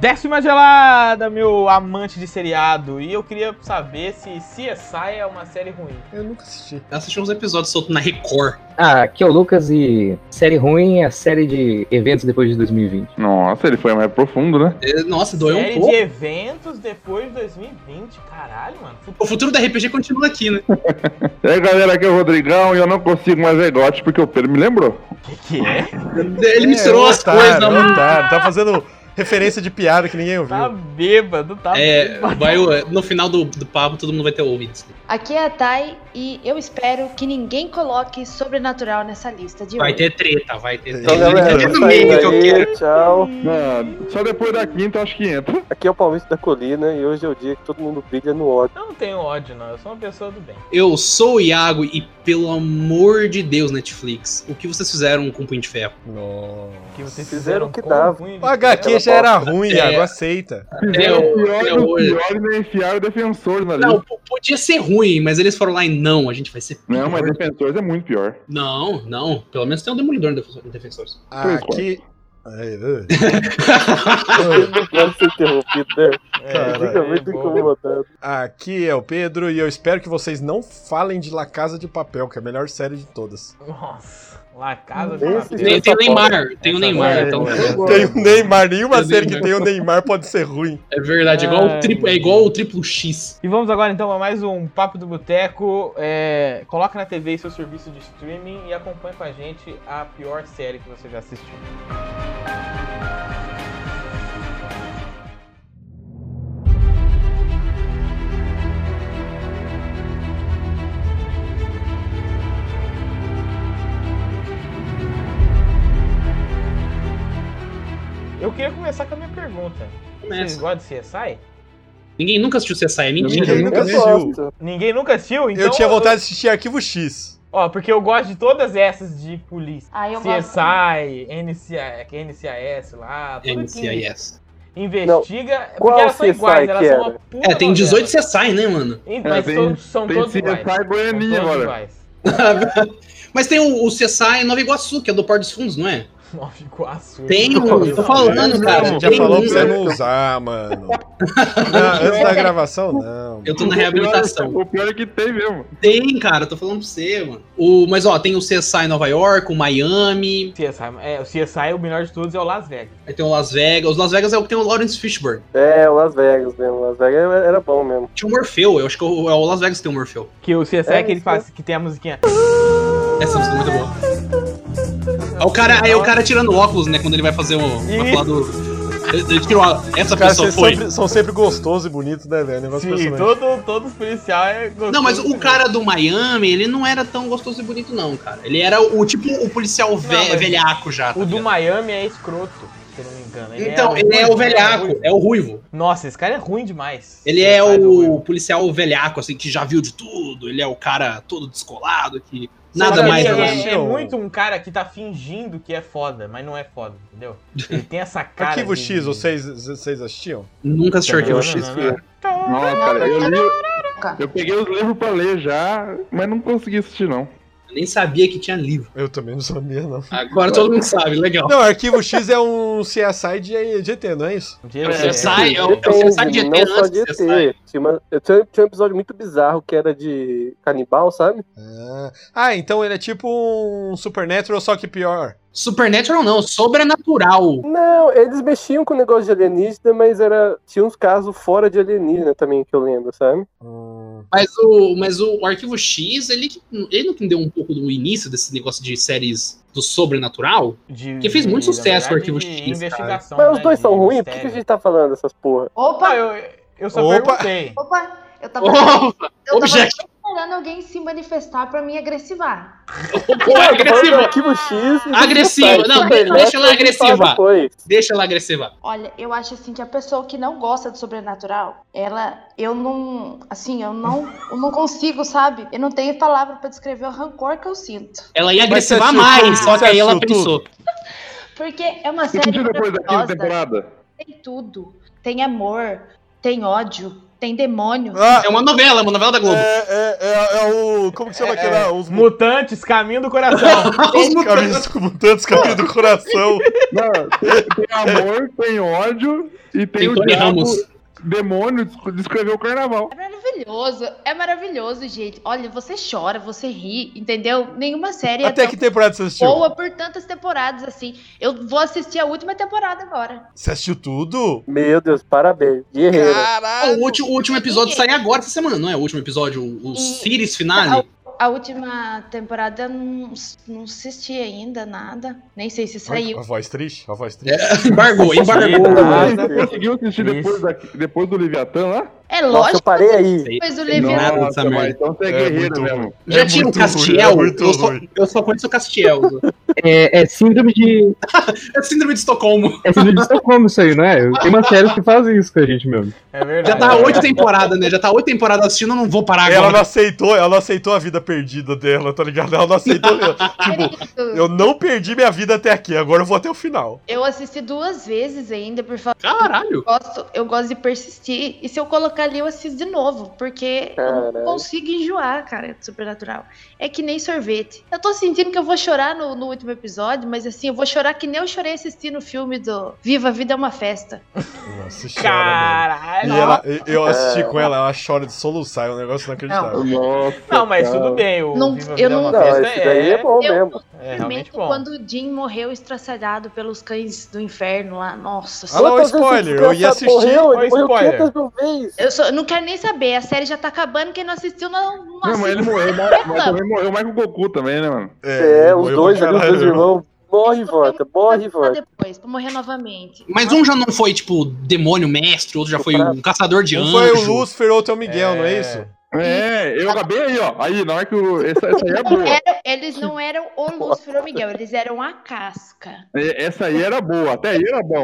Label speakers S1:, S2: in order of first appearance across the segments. S1: Décima gelada, meu amante de seriado. E eu queria saber se CSI é uma série ruim.
S2: Eu nunca assisti. Eu assisti uns episódios soltos na Record.
S3: Ah, aqui é o Lucas e série ruim é a série de eventos depois de 2020.
S4: Nossa, ele foi mais profundo, né?
S2: É, Nossa, doeu
S1: série
S2: um pouco.
S1: de eventos depois de 2020. Caralho, mano.
S2: O futuro da RPG continua aqui, né?
S4: E aí, galera, aqui é o Rodrigão e eu não consigo mais ver gote porque o Pedro me lembrou.
S1: Que que é?
S2: Ele misturou as coisas na mão.
S5: Tá, tá fazendo referência de piada que ninguém ouviu.
S1: Tá bêbado, tá
S2: É,
S1: bêbado.
S2: vai, o- no final do, do papo todo mundo vai ter ouvido isso.
S6: Aqui é a Thay e eu espero que ninguém coloque sobrenatural nessa lista de
S2: Vai
S6: hoje.
S2: ter treta, vai ter
S5: Então,
S2: treta. É
S5: galera,
S2: no
S7: tá
S2: meio
S7: indo
S2: que eu
S7: aí,
S2: quero.
S7: Tchau.
S4: Mano, Ah, só depois da quinta acho que entra.
S7: Aqui é o Palmeiras da Colina e hoje é o dia que todo mundo brilha no ódio.
S1: Eu não tenho ódio, não. Eu sou uma pessoa do bem.
S2: Eu sou o Iago e, pelo amor de Deus, Netflix, o que vocês fizeram com o Punho de Ferro?
S5: Nossa.
S1: Que vocês
S7: Fizeram o que
S1: com
S7: dava.
S1: ruim,
S5: O HQ já era ruim,
S2: É.
S5: Iago, aceita.
S2: Até o-
S4: É pior
S2: até
S4: do
S2: hoje.
S4: pior e nem enfiar o defensor na
S2: Não,
S4: lista.
S2: p- podia ser ruim, mas eles foram lá e não, a gente vai ser. pior.
S4: Não, mas defensores é muito pior.
S2: Não, não. Pelo menos tem um demolidor no defensor- no defensores.
S5: Aqui. Ai, ai.
S7: Obrigado por ser interrompido, né? Fica
S1: é
S7: muito
S1: bom.
S7: incomodado.
S5: Aqui é o Pedro e eu espero que vocês não falem de La Casa de Papel, que é a melhor série de todas.
S1: Nossa, La Casa
S7: Nem
S1: de
S7: assisti.
S2: Tem, tem o Neymar, tem o
S1: Essa
S2: Neymar.
S1: série
S2: Então,
S1: é
S7: boa.
S5: Tem o Neymar, nenhuma
S2: Tem o
S5: série que tem
S2: Neymar.
S5: o Neymar pode ser ruim.
S2: é verdade, é igual o triplo, é
S1: Ai.
S2: igual o triplo X.
S1: E vamos agora então a mais um Papo do Boteco. É, coloca na TV seu serviço de streaming e acompanhe com a gente a pior série que você já assistiu. Eu queria começar com a minha pergunta. Vocês
S2: Começa.
S1: gostam de CSI?
S2: Ninguém nunca assistiu CSI, é mentira.
S5: Ninguém nunca
S7: Eu
S5: assistiu.
S7: gosto.
S1: Ninguém nunca assistiu? Então,
S5: eu tinha vontade de assistir Arquivo X.
S1: Ó, porque eu gosto de todas essas de polícia.
S6: Ah, eu gosto.
S1: CSI, NCIS, NCIS lá, tudo que
S2: NCIS.
S1: investiga. porque
S7: Qual
S1: elas são
S7: CSI
S1: iguais, elas
S7: que
S1: são
S7: era?
S1: uma puta.
S2: É, tem 18
S1: novela.
S2: CSI, né, mano?
S1: E-
S4: É,
S1: Mas
S4: tem-
S1: são, são
S4: Tem
S1: todos iguais.
S4: CSI
S1: São todos
S4: Goianinha é agora.
S1: iguais.
S2: Mas tem o, o CSI Nova Iguaçu, que é do Par dos Fundos, não é?
S1: Nova Iguaçu.
S2: Tem um. Tô falando,
S5: Então, a
S2: cara.
S5: gente já
S2: Tem
S5: falou pra você
S2: um.
S5: não usar, mano. Não, antes da gravação, não.
S2: Eu tô na reabilitação.
S4: O pior é que tem mesmo.
S2: Tem, cara, eu tô falando pra você, mano. O, mas ó, tem o CSI Nova York, o Miami,
S1: CSI, é, o CSI, o melhor de todos, é o Las Vegas.
S2: aí tem o Las Vegas. Os Las Vegas é o que tem o Lawrence Fishburne.
S7: É, o Las Vegas mesmo. Las Vegas era era bom mesmo.
S2: Tinha o Morfeu, eu acho que é o é o Las Vegas que tem o Morfeu.
S1: Que o CSI é,
S7: É,
S1: aquele que
S7: isso.
S1: faz, que tem a musiquinha.
S2: Essa música é muito boa. Aí o cara, aí o cara tirando óculos, né, quando ele vai fazer o. Vai falar do. Ele- Ele tirou a- Essa
S5: Cara,
S2: pessoa
S5: vocês
S2: foi.
S5: sempre- são sempre gostosos e bonitos, né, velho? Negócio
S1: Sim,
S5: personagem.
S1: todo, todo policial é gostoso
S2: Não, mas o
S1: mesmo.
S2: cara do Miami, ele não era tão gostoso e bonito, não, cara. Ele era o tipo o policial ve-
S1: mas
S2: velhaco já. tá
S1: O do
S2: ligado?
S1: Miami é escroto, se eu não me engano.
S2: Então,
S1: um-
S2: ele é o velhaco,
S1: ruim.
S2: é o ruivo.
S1: Nossa, esse cara é ruim demais.
S2: Ele é
S1: Sai do
S2: o
S1: Miami.
S2: policial velhaco, assim, que já viu de tudo. Ele é o cara todo descolado, que
S1: Só
S2: nada
S1: que
S2: mais.
S1: ele
S2: né?
S1: É, é
S5: Eu-
S1: muito um cara que tá fingindo que é foda, mas não é foda, entendeu? Ele tem essa cara.
S5: Arquivo
S1: de-
S5: X, vocês, vocês assistiam?
S2: Nunca assistiu
S1: Não,
S2: Arquivo
S1: não,
S2: X.
S1: não,
S2: cara.
S4: Nossa, cara, eu li. Eu peguei os livros pra ler já, mas não consegui assistir, não.
S2: Eu nem sabia que tinha livro.
S5: Eu também não sabia, não.
S2: Agora todo mundo sabe, legal.
S5: Não, Arquivo X é um CSI de de ET, não é isso?
S1: Ele
S2: É o
S1: é-
S2: CSI, é o é o CSI de
S7: Depende,
S2: ET
S7: não só
S2: antes
S7: de
S2: do CSI.
S7: ET. Tinha, uma- eu tinha, tinha um episódio muito bizarro que era de canibal, sabe?
S5: Ah, ah, então ele é tipo um Supernatural, só que pior.
S2: Supernatural não, sobrenatural.
S7: Não, eles mexiam com o negócio de alienígena, mas era tinha uns casos fora de alienígena também que eu lembro, sabe?
S5: Hum.
S2: Mas o, mas o Arquivo X, ele, ele não deu um pouco do início desse negócio de séries do sobrenatural?
S1: de-
S2: Que fez muito
S1: de-
S2: sucesso
S1: na verdade,
S2: o Arquivo
S1: de
S2: X, cara.
S1: investigação,
S7: Mas os
S1: né,
S7: dois
S1: de
S7: são ruins? Por que que a
S1: mistério.
S7: gente tá falando essas porra?
S1: Não,
S2: Ah,
S6: Opa,
S1: eu, eu só
S5: Opa.
S1: perguntei.
S6: opa, eu tava,
S2: Opa!
S6: eu tava
S2: objeto.
S6: esperando alguém se manifestar pra me agressivar.
S2: Opa,
S7: Não, eu tô falando do
S2: agressiva!
S7: Arquivo
S2: Ah,
S7: X. e
S2: Agressiva,
S7: do
S2: não,
S7: Super
S2: deixa- deixa ela
S7: Neto, a gente fala
S2: agressiva.
S7: depois.
S2: Deixa ela agressiva.
S6: Olha, eu acho assim que a pessoa que não gosta de sobrenatural, ela, eu não, assim, eu não, eu não consigo, sabe? Eu não tenho palavra pra descrever o rancor que eu sinto.
S2: Ela ia
S5: Mas você
S2: agressivar
S5: assistiu
S2: mais,
S5: tudo?
S2: só que
S5: Você
S2: aí ela
S5: assistiu
S2: pensou.
S6: Porque é uma
S4: Você
S6: série
S4: assistiu depois da quinta
S6: maravilhosa.
S4: temporada?
S6: tem tudo. Tem amor, tem ódio, tem demônio.
S5: Ah,
S2: É uma novela, uma novela da Globo.
S5: é, é, é, é o. Como que chama aquele lá? Os mutantes.
S1: Mutantes, caminho do coração.
S2: Os mutantes.
S5: Caminhos com mutantes, caminho do coração.
S4: Não, tem, tem amor, tem ódio e tem,
S2: Tem
S4: o
S2: Tony
S4: diabo,
S2: Ramos.
S4: demônio desc- descreveu o carnaval.
S6: É maravilhoso, é maravilhoso, gente. Olha, você chora, você ri, entendeu? Nenhuma série é
S5: Até
S6: tão
S5: que temporada você assistiu?
S6: boa por tantas temporadas assim. Eu vou assistir a última temporada agora.
S5: Você assistiu tudo?
S7: Meu Deus, parabéns. Guerreiro.
S2: Ah,
S5: Caralho!
S2: O último, o último episódio sai agora essa semana, não é? O último episódio, o, o
S6: E-
S2: series finale.
S6: A última temporada eu não, não assisti ainda nada. Nem sei se
S5: A
S6: saiu.
S5: voz triste? A voz triste.
S2: Embargou, embargou.
S4: Você
S1: Nada.
S4: conseguiu assistir depois,
S1: Isso.
S4: da- depois do Leviatã lá?
S6: É
S7: Nossa, eu
S6: lógico
S7: parei aí.
S6: que depois do
S2: Não.
S6: Leviatã.
S2: dessa merda.
S4: então você é,
S5: É
S4: guerreiro
S5: muito
S4: mesmo.
S2: Já
S5: É
S2: tinha o
S5: muito
S2: Castiel?
S5: ruim, é muito
S2: eu, só,
S5: ruim.
S2: eu só conheço o Castiel.
S3: É, é síndrome de.
S2: é síndrome de Estocolmo.
S3: É síndrome de Estocolmo isso aí, não é? Tem umas séries que fazem isso com a gente mesmo.
S1: É verdade.
S2: Já tá oito temporadas, né? Já tá oito temporadas assistindo, eu não vou parar
S5: Ela não
S2: agora.
S5: aceitou, ela não aceitou a vida perdida dela, tá ligado? Ela não aceitou.
S6: um
S5: tipo,
S6: Eu...
S5: eu não perdi minha vida até aqui, agora eu vou até o final.
S6: assisti duas vezes ainda, por favor.
S2: Caralho.
S6: Eu gosto, eu gosto de persistir. E se eu colocar ali, eu assisto de novo. Porque eu não
S7: Caralho.
S6: consigo enjoar, cara, de sobrenatural. É que nem sorvete. Eu tô sentindo que eu vou chorar no, no último episódio, mas assim, eu vou chorar que nem eu chorei assistindo o filme do Viva a Vida é uma Festa.
S5: Nossa, chora,
S1: Caralho.
S5: mano. E ela, e-
S7: É.
S5: eu assisti com ela, ela chora de soluçar, é um negócio inacreditável.
S4: Nossa,
S1: Não, mas
S4: cara.
S1: tudo bem. O
S6: Não-
S1: Viva
S6: eu
S1: a Vida é
S6: não-
S1: uma
S7: Não,
S1: Festa
S7: esse daí é bom
S1: é
S6: Eu-
S7: mesmo.
S1: realmente
S6: Simplesmente
S1: bom.
S6: quando o Jim morreu estraçalhado pelos cães do inferno lá. Nossa
S5: Ah, lá,
S6: senhora.
S5: o spoiler, eu ia assistir,
S7: Morreu,
S1: olha
S7: ele
S1: o
S7: morreu
S1: spoiler.
S7: 500 mil vezes.
S6: Eu, só- eu não quero nem saber. A série já tá acabando. Quem não assistiu, não, não
S4: Não, mas ele
S6: assiste.
S4: morreu, mas, mas também morreu mais com o Goku também, né, mano?
S7: É, os
S5: eu-
S7: dois ali, os
S5: caralho.
S7: dois
S5: Um
S7: irmãos. Morre e
S6: Eu tô
S7: volta,
S6: pra
S7: morre e volta.
S6: depois, pra morrer novamente.
S2: Mas um já não foi, tipo, demônio mestre, outro já foi um caçador de
S5: Um
S2: anjos.
S5: foi o Lúcifer, outro é o Miguel, não é isso?
S4: É, eu acabei aí, ó. Aí, na hora que o. Essa, essa aí é
S6: Não
S4: boa.
S6: era- eles não eram o Lúcifer ou Miguel, eles eram a casca.
S4: É, Essa aí era boa, até aí era bom.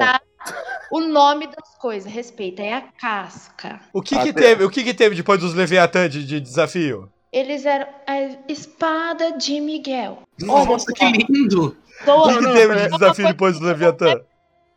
S6: O nome das coisas, respeita, é a casca.
S5: O
S7: Ah,
S5: que
S4: Até-
S5: que teve, o que que teve depois dos Leviatã de, de desafio?
S6: Eles eram a espada de Miguel.
S2: Nossa, que lindo.
S5: O
S6: Tô
S5: que que teve de desafio depois dos Leviatã?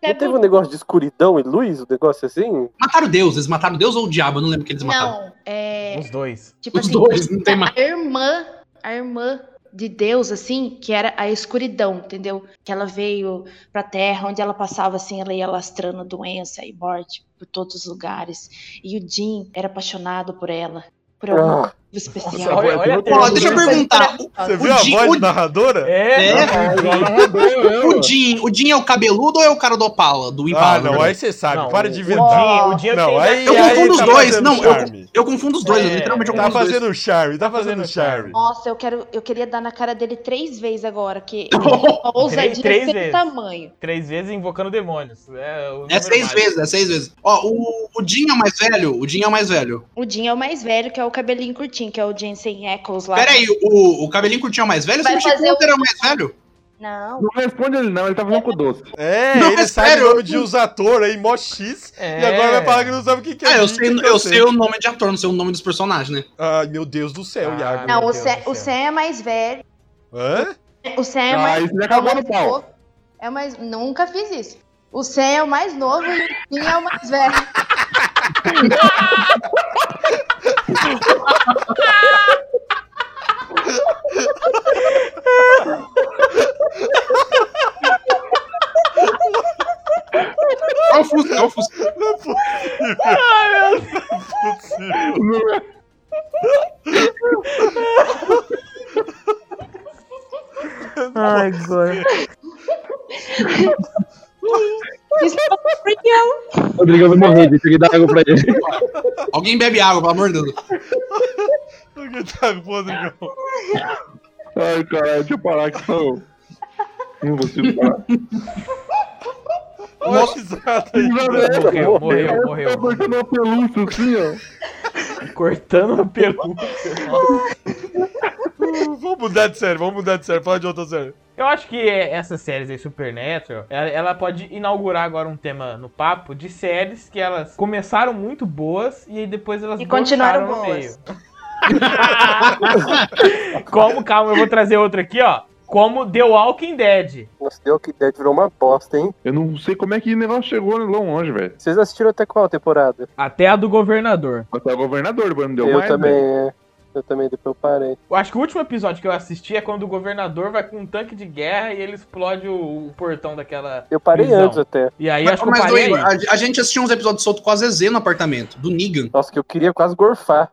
S7: Não teve um negócio de escuridão e luz, um negócio assim?
S2: Mataram Deus, eles mataram Deus ou o diabo? Eu não lembro que eles mataram.
S6: Não, é.
S1: Os dois.
S6: Tipo
S2: Os
S6: assim,
S2: dois, não tem mais.
S6: a irmã, a irmã de Deus, assim, que era a escuridão, entendeu? Que ela veio pra terra, onde ela passava, assim, ela ia lastrando doença e morte por todos os lugares. E o Jim era apaixonado por ela, por algum
S7: Ah.
S6: motivo especial.
S1: Olha, olha a
S4: Ó,
S1: terceira.
S2: deixa eu perguntar.
S5: Você
S2: O
S5: viu a
S2: Di-
S5: voz
S2: o-
S5: de narradora?
S1: É,
S2: É.
S4: Não,
S2: O Jim, o Jim é o cabeludo ou é o cara do Opala, do Impala?
S5: Ah,
S2: na
S5: não,
S2: verdade?
S5: aí você sabe,
S1: Não,
S5: para de
S1: o-
S5: inventar.
S1: O Dinho
S5: Não, aí,
S2: Eu
S5: aí
S2: confundo os
S5: tá
S2: dois,
S5: fazendo
S2: não,
S5: charme.
S2: Eu confundo os dois,
S1: É,
S2: eu literalmente eu
S5: Tá
S2: confundo os dois.
S5: fazendo charme, tá fazendo charme.
S6: Nossa, eu quero, eu queria dar na cara dele três vezes agora, que a
S1: Três-
S6: ousadia
S1: três
S6: tem
S1: vezes.
S6: tamanho.
S1: Três vezes invocando demônios. É, o
S2: É
S1: número
S2: seis
S1: mágico.
S2: vezes, é seis vezes. Ó, o, o Jim é o mais velho, o Jim é o mais velho.
S6: O Jim é o mais velho, que é o cabelinho curtinho, que é o Jensen Ackles lá.
S2: Pera aí, o, o cabelinho curtinho é o mais velho?
S6: Vai
S2: Você
S6: fazer
S2: o Peter é o mais velho?
S6: Não,
S4: responde ele, não. Ele tá falando com o doce.
S5: É,
S2: Não,
S5: ele
S2: é
S5: sabe
S2: sério,
S5: o nome
S2: eu-
S5: de uns atores aí, mó X.
S1: É.
S5: E agora vai falar que não sabe o que, que é.
S2: Ah, eu
S5: Jim,
S2: sei,
S5: que que
S2: eu sei o nome de ator, não sei o nome dos personagens, né?
S5: Ai, meu Deus do céu,
S1: Ah,
S5: Iago.
S1: Meu
S6: não, o
S1: Deus
S6: Sam,
S1: do
S6: o
S1: céu.
S6: Sam é mais velho.
S5: Hã?
S6: O Sam é
S4: Ah,
S6: mais
S4: isso já acabou no pau.
S6: novo. É o mais... Nunca fiz isso. O Sam é o mais novo e o Jim é o mais velho.
S2: É o Fusca, é o Fusca.
S5: Não é possível. Não é possível.
S1: Ai, glória.
S6: Isso é o Fred
S3: Rodrigo vai morrer, deixa eu dar água pra ele.
S2: Alguém bebe água, pelo amor de Deus.
S5: O que tá com o Rodrigão?
S4: Ai, caralho, deixa eu parar que senão. Não consigo parar.
S5: Uma risada aí.
S1: Morreu, morreu, morreu.
S4: Tá cortando uma pelúcia assim, ó.
S1: Cortando a peruca.
S5: Vamos mudar de série, vamos mudar de série. Fala de outra série.
S1: Eu acho que é- essas séries aí, Supernatural, ela, ela pode inaugurar agora um tema no papo de séries que elas começaram muito boas e aí depois elas
S6: E continuaram
S1: broxaram no
S6: boas.
S1: meio. Como? Calma, eu vou trazer outra aqui, ó. como The Walking Dead.
S7: Nossa, The Walking Dead virou uma bosta, hein?
S4: Eu não sei como é que o negócio chegou longe, velho.
S7: Vocês assistiram até qual temporada?
S1: Até a do governador.
S4: Até tá o governador, depois não deu
S7: eu
S4: mais, né?
S7: também,
S4: velho.
S7: é. Eu também, depois eu parei.
S1: Eu acho que o último episódio que eu assisti é quando o governador vai com um tanque de guerra e ele explode o, o portão daquela.
S7: Eu parei
S1: Prisão.
S7: antes até.
S1: E aí acho que eu
S2: mas,
S1: parei.
S2: Igor,
S1: aí.
S2: a, a gente assistiu uns episódios soltos com a Zezé no apartamento, do Negan.
S7: Nossa, que eu queria quase gorfar.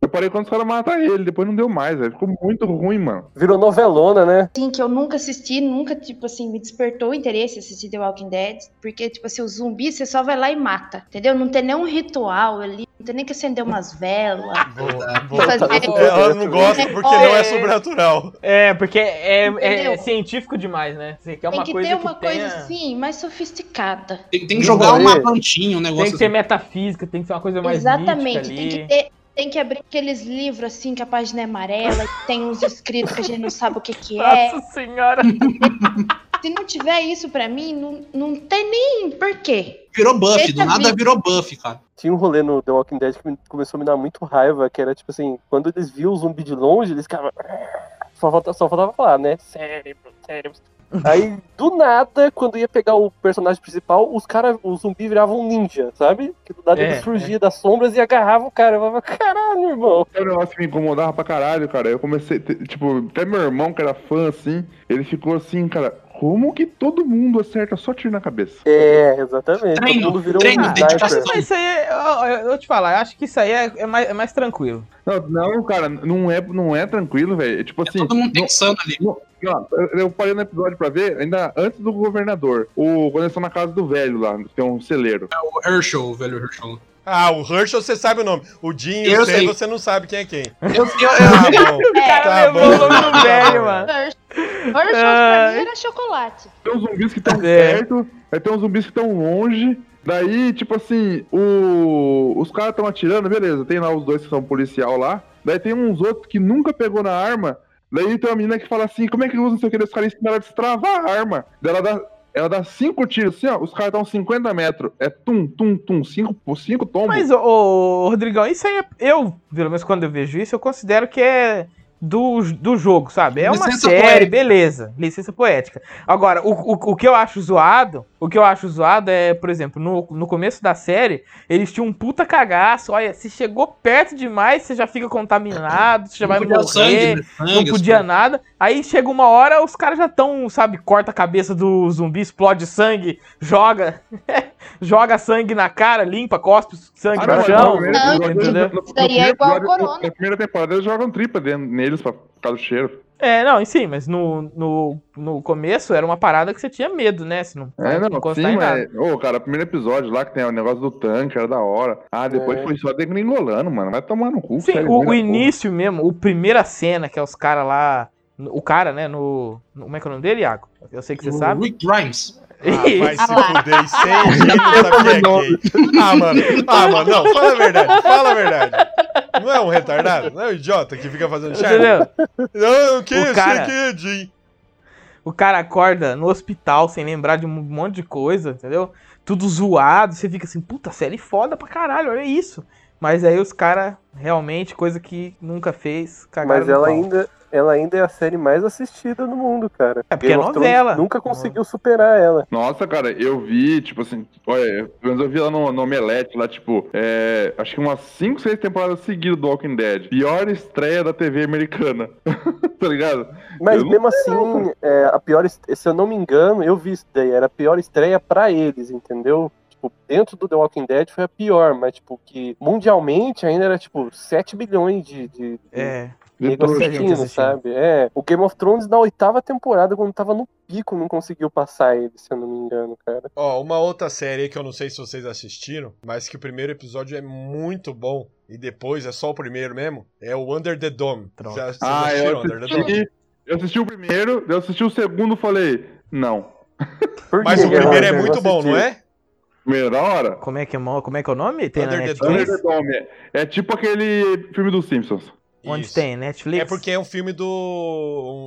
S4: Eu parei quando os caras mataram ele, depois não deu mais, velho. Ficou muito ruim, mano.
S7: Virou novelona, né?
S6: Assim, que eu nunca assisti, nunca, tipo assim, me despertou o interesse assistir The Walking Dead, porque, tipo assim, o zumbi você só vai lá e mata, entendeu? Não tem nenhum ritual ali, não tem nem que acender umas velas.
S2: Ah,
S1: tá
S6: fazer-
S5: Ela não gosta porque não é sobrenatural.
S1: É, porque é, é
S6: Entendeu?
S1: científico demais, né? Você quer
S6: Tem
S1: uma
S6: que
S1: coisa
S6: ter
S1: que
S6: uma coisa
S1: tenha...
S6: assim, mais sofisticada.
S2: Tem, tem que jogar
S7: Igor,
S2: uma
S7: é.
S2: plantinha, um
S1: Tem
S2: negócio
S1: que ser metafísica, tem que ser uma coisa É mais
S6: Exatamente,
S1: mística
S6: tem que
S1: ali.
S6: ter. Tem que abrir aqueles livros assim, que a página é amarela, e tem uns escritos que a gente não sabe o que, que é.
S1: Nossa senhora!
S6: Se não tiver isso pra mim, não, não tem nem porquê.
S2: assim. Virou buff, do
S6: Deixa
S2: nada
S6: vir.
S2: virou buff, cara.
S7: Tinha um rolê no The Walking Dead que me- começou a me dar muito raiva, que era tipo assim, quando eles viam o zumbi de longe, eles ficavam. "Ah", Só faltava, só faltava falar, né? Cérebro, cérebro. Aí, do nada, quando ia pegar o personagem principal, os cara, o zumbi virava um ninja, sabe? Que do nada
S1: É,
S7: ele surgia das sombras e agarrava o cara. Eu falava, caralho, irmão.
S4: Era um negócio que me incomodava pra caralho, cara. Eu comecei, te- tipo, até meu irmão, que era fã, assim, ele ficou assim, cara, como que todo mundo acerta só tiro na cabeça?
S7: É, exatamente.
S2: Treino,
S7: Todo mundo virou
S2: treino,
S7: um sniper.
S2: dedicação.
S1: Mas isso aí, é- ó, eu, eu vou te falar, eu acho que isso aí é, é mais, é mais tranquilo.
S4: Não, não cara, não é, não é tranquilo, velho. É tipo assim,
S2: Todo mundo pensando ali.
S4: ó, eu- eu parei no episódio pra ver, ainda antes do governador, o, quando eles estão na casa do velho lá, tem um celeiro.
S2: O Herschel, o velho Herschel.
S5: Ah, o Herschel você sabe o nome. O Jim e
S2: Eu
S5: o Sam
S2: sei. Ah,
S5: você não sabe quem é quem.
S2: Eu, eu-
S5: Tá
S2: eu-
S5: bom.
S6: É,
S5: Tá bom.
S1: lembrou o nome do velho, mano.
S6: Hershey's pra mim era chocolate.
S4: Tem uns zumbis que estão
S1: É.
S4: perto, aí tem uns zumbis que estão longe. Daí, tipo assim, o... os caras estão atirando, beleza. Tem lá os dois que são policial lá. Daí tem uns outros que nunca pegou na arma. Daí tem uma menina que fala assim, como é que usa não sei o que? Daí Os caras ensinam ela a destravar a arma. Daí ela dá, ela dá cinco tiros assim, ó. Os caras estão 50 metros. É tum, tum, tum. Cinco, cinco tombos.
S1: Mas, ô, ô, Rodrigão, isso aí, é- eu, pelo menos quando eu vejo isso, eu considero que é do, do jogo, sabe? É uma
S2: Licença
S1: série,
S2: poética.
S1: beleza, licença poética. Agora, o, o, o que eu acho zoado, o que eu acho zoado é, por exemplo, no, no começo da série, eles tinham um puta cagaço, olha, se chegou perto demais, você já fica contaminado, você já vai
S2: não
S1: morrer,
S2: podia sangue, né?
S1: não
S2: Sangue,
S1: podia
S2: assim.
S1: nada. Aí chega uma hora, os caras já estão, sabe, corta a cabeça do zumbi, explode sangue, joga, joga sangue na cara, limpa, cospe sangue
S4: Ah,
S1: no
S4: mas
S1: chão.
S4: no primeiro episódio,
S1: entendeu?
S4: no- no-
S6: Isso daí é
S4: no primeiro
S6: igual a
S4: episódio,
S6: corona.
S4: Na primeira temporada eles jogam tripa dentro, neles pra, por causa do cheiro.
S1: É, não, e sim, mas no, no, no começo era uma parada que você tinha medo, né? Se não,
S4: É, não,
S1: encostar
S4: sim,
S1: em nada.
S4: mas. Ô, cara, o primeiro episódio lá que tem o negócio do tanque, era da hora. Ah, depois
S7: É.
S4: foi só degringolando, mano. Vai tomar no cu,
S1: Sim,
S4: sério,
S1: o,
S4: né,
S1: o
S4: porra.
S1: início mesmo, o primeira cena que é os caras lá. O cara, né, no, no- Como é que é o nome dele, Iago? Eu sei que você
S2: O
S1: sabe.
S2: Rick Grimes.
S5: Ah, vai se
S6: Ah lá.
S5: fuder. Sem gênio, sabe quem é gay. Ah, mano. Ah, mano, não. Fala a verdade. Fala a verdade. Não é um retardado? Não é um idiota que fica fazendo charme?
S1: Entendeu?
S5: Não, que
S1: O
S5: isso
S1: cara-
S5: aqui é Jim.
S1: O cara acorda no hospital sem lembrar de um monte de coisa, entendeu? Tudo zoado, você fica assim, puta, série foda pra caralho, olha isso. Mas aí os caras, realmente, coisa que nunca fez, cagaram
S7: Mas
S1: no
S7: ela
S1: pau.
S7: ainda, ela ainda é a série mais assistida no mundo, cara.
S1: É, porque é
S7: Game of Thrones
S1: novela.
S7: Nunca conseguiu superar ela.
S4: Nossa, cara, eu vi, tipo assim, olha, pelo menos eu vi lá no, no Omelete, lá, tipo, é, acho que umas 5, 6 temporadas seguidas do Walking Dead. Pior estreia da TV americana. tá ligado?
S7: Mas
S4: Eu não
S7: mesmo assim, é, a pior, est- se eu não me engano, eu vi isso daí, era a pior estreia pra eles, entendeu? Tipo, dentro do The Walking Dead foi a pior, mas tipo, que mundialmente ainda era tipo 7 bilhões de, de, de
S1: É.
S4: De
S7: nego
S4: trouxa.
S1: trouxa, gente
S7: assistindo,
S1: assistindo.
S7: sabe? É, o Game of Thrones na oitava temporada, quando tava no pico, não conseguiu passar ele, se eu não me engano, cara.
S5: Ó, uma outra série aí que eu não sei se vocês assistiram, mas que o primeiro episódio é muito bom e depois é só o primeiro mesmo, é o Under the Dome.
S1: Pronto.
S5: Já, então. vocês
S4: Ah,
S5: assistiram
S4: eu assisti, eu assisti o primeiro, eu assisti o segundo falei, não.
S7: Por
S5: Mas
S7: que
S5: o
S7: que
S5: primeiro é
S7: ela
S5: muito
S7: não
S5: bom, não
S7: assistiu?
S5: é?
S4: Primeiro da hora.
S1: Como é que é, mo- como é, que é o nome? Tem na
S5: Under the
S1: Netflix?
S5: Dome.
S4: É tipo aquele filme dos Simpsons.
S1: Onde
S5: Isso.
S1: tem? Netflix?
S5: É porque é um filme do.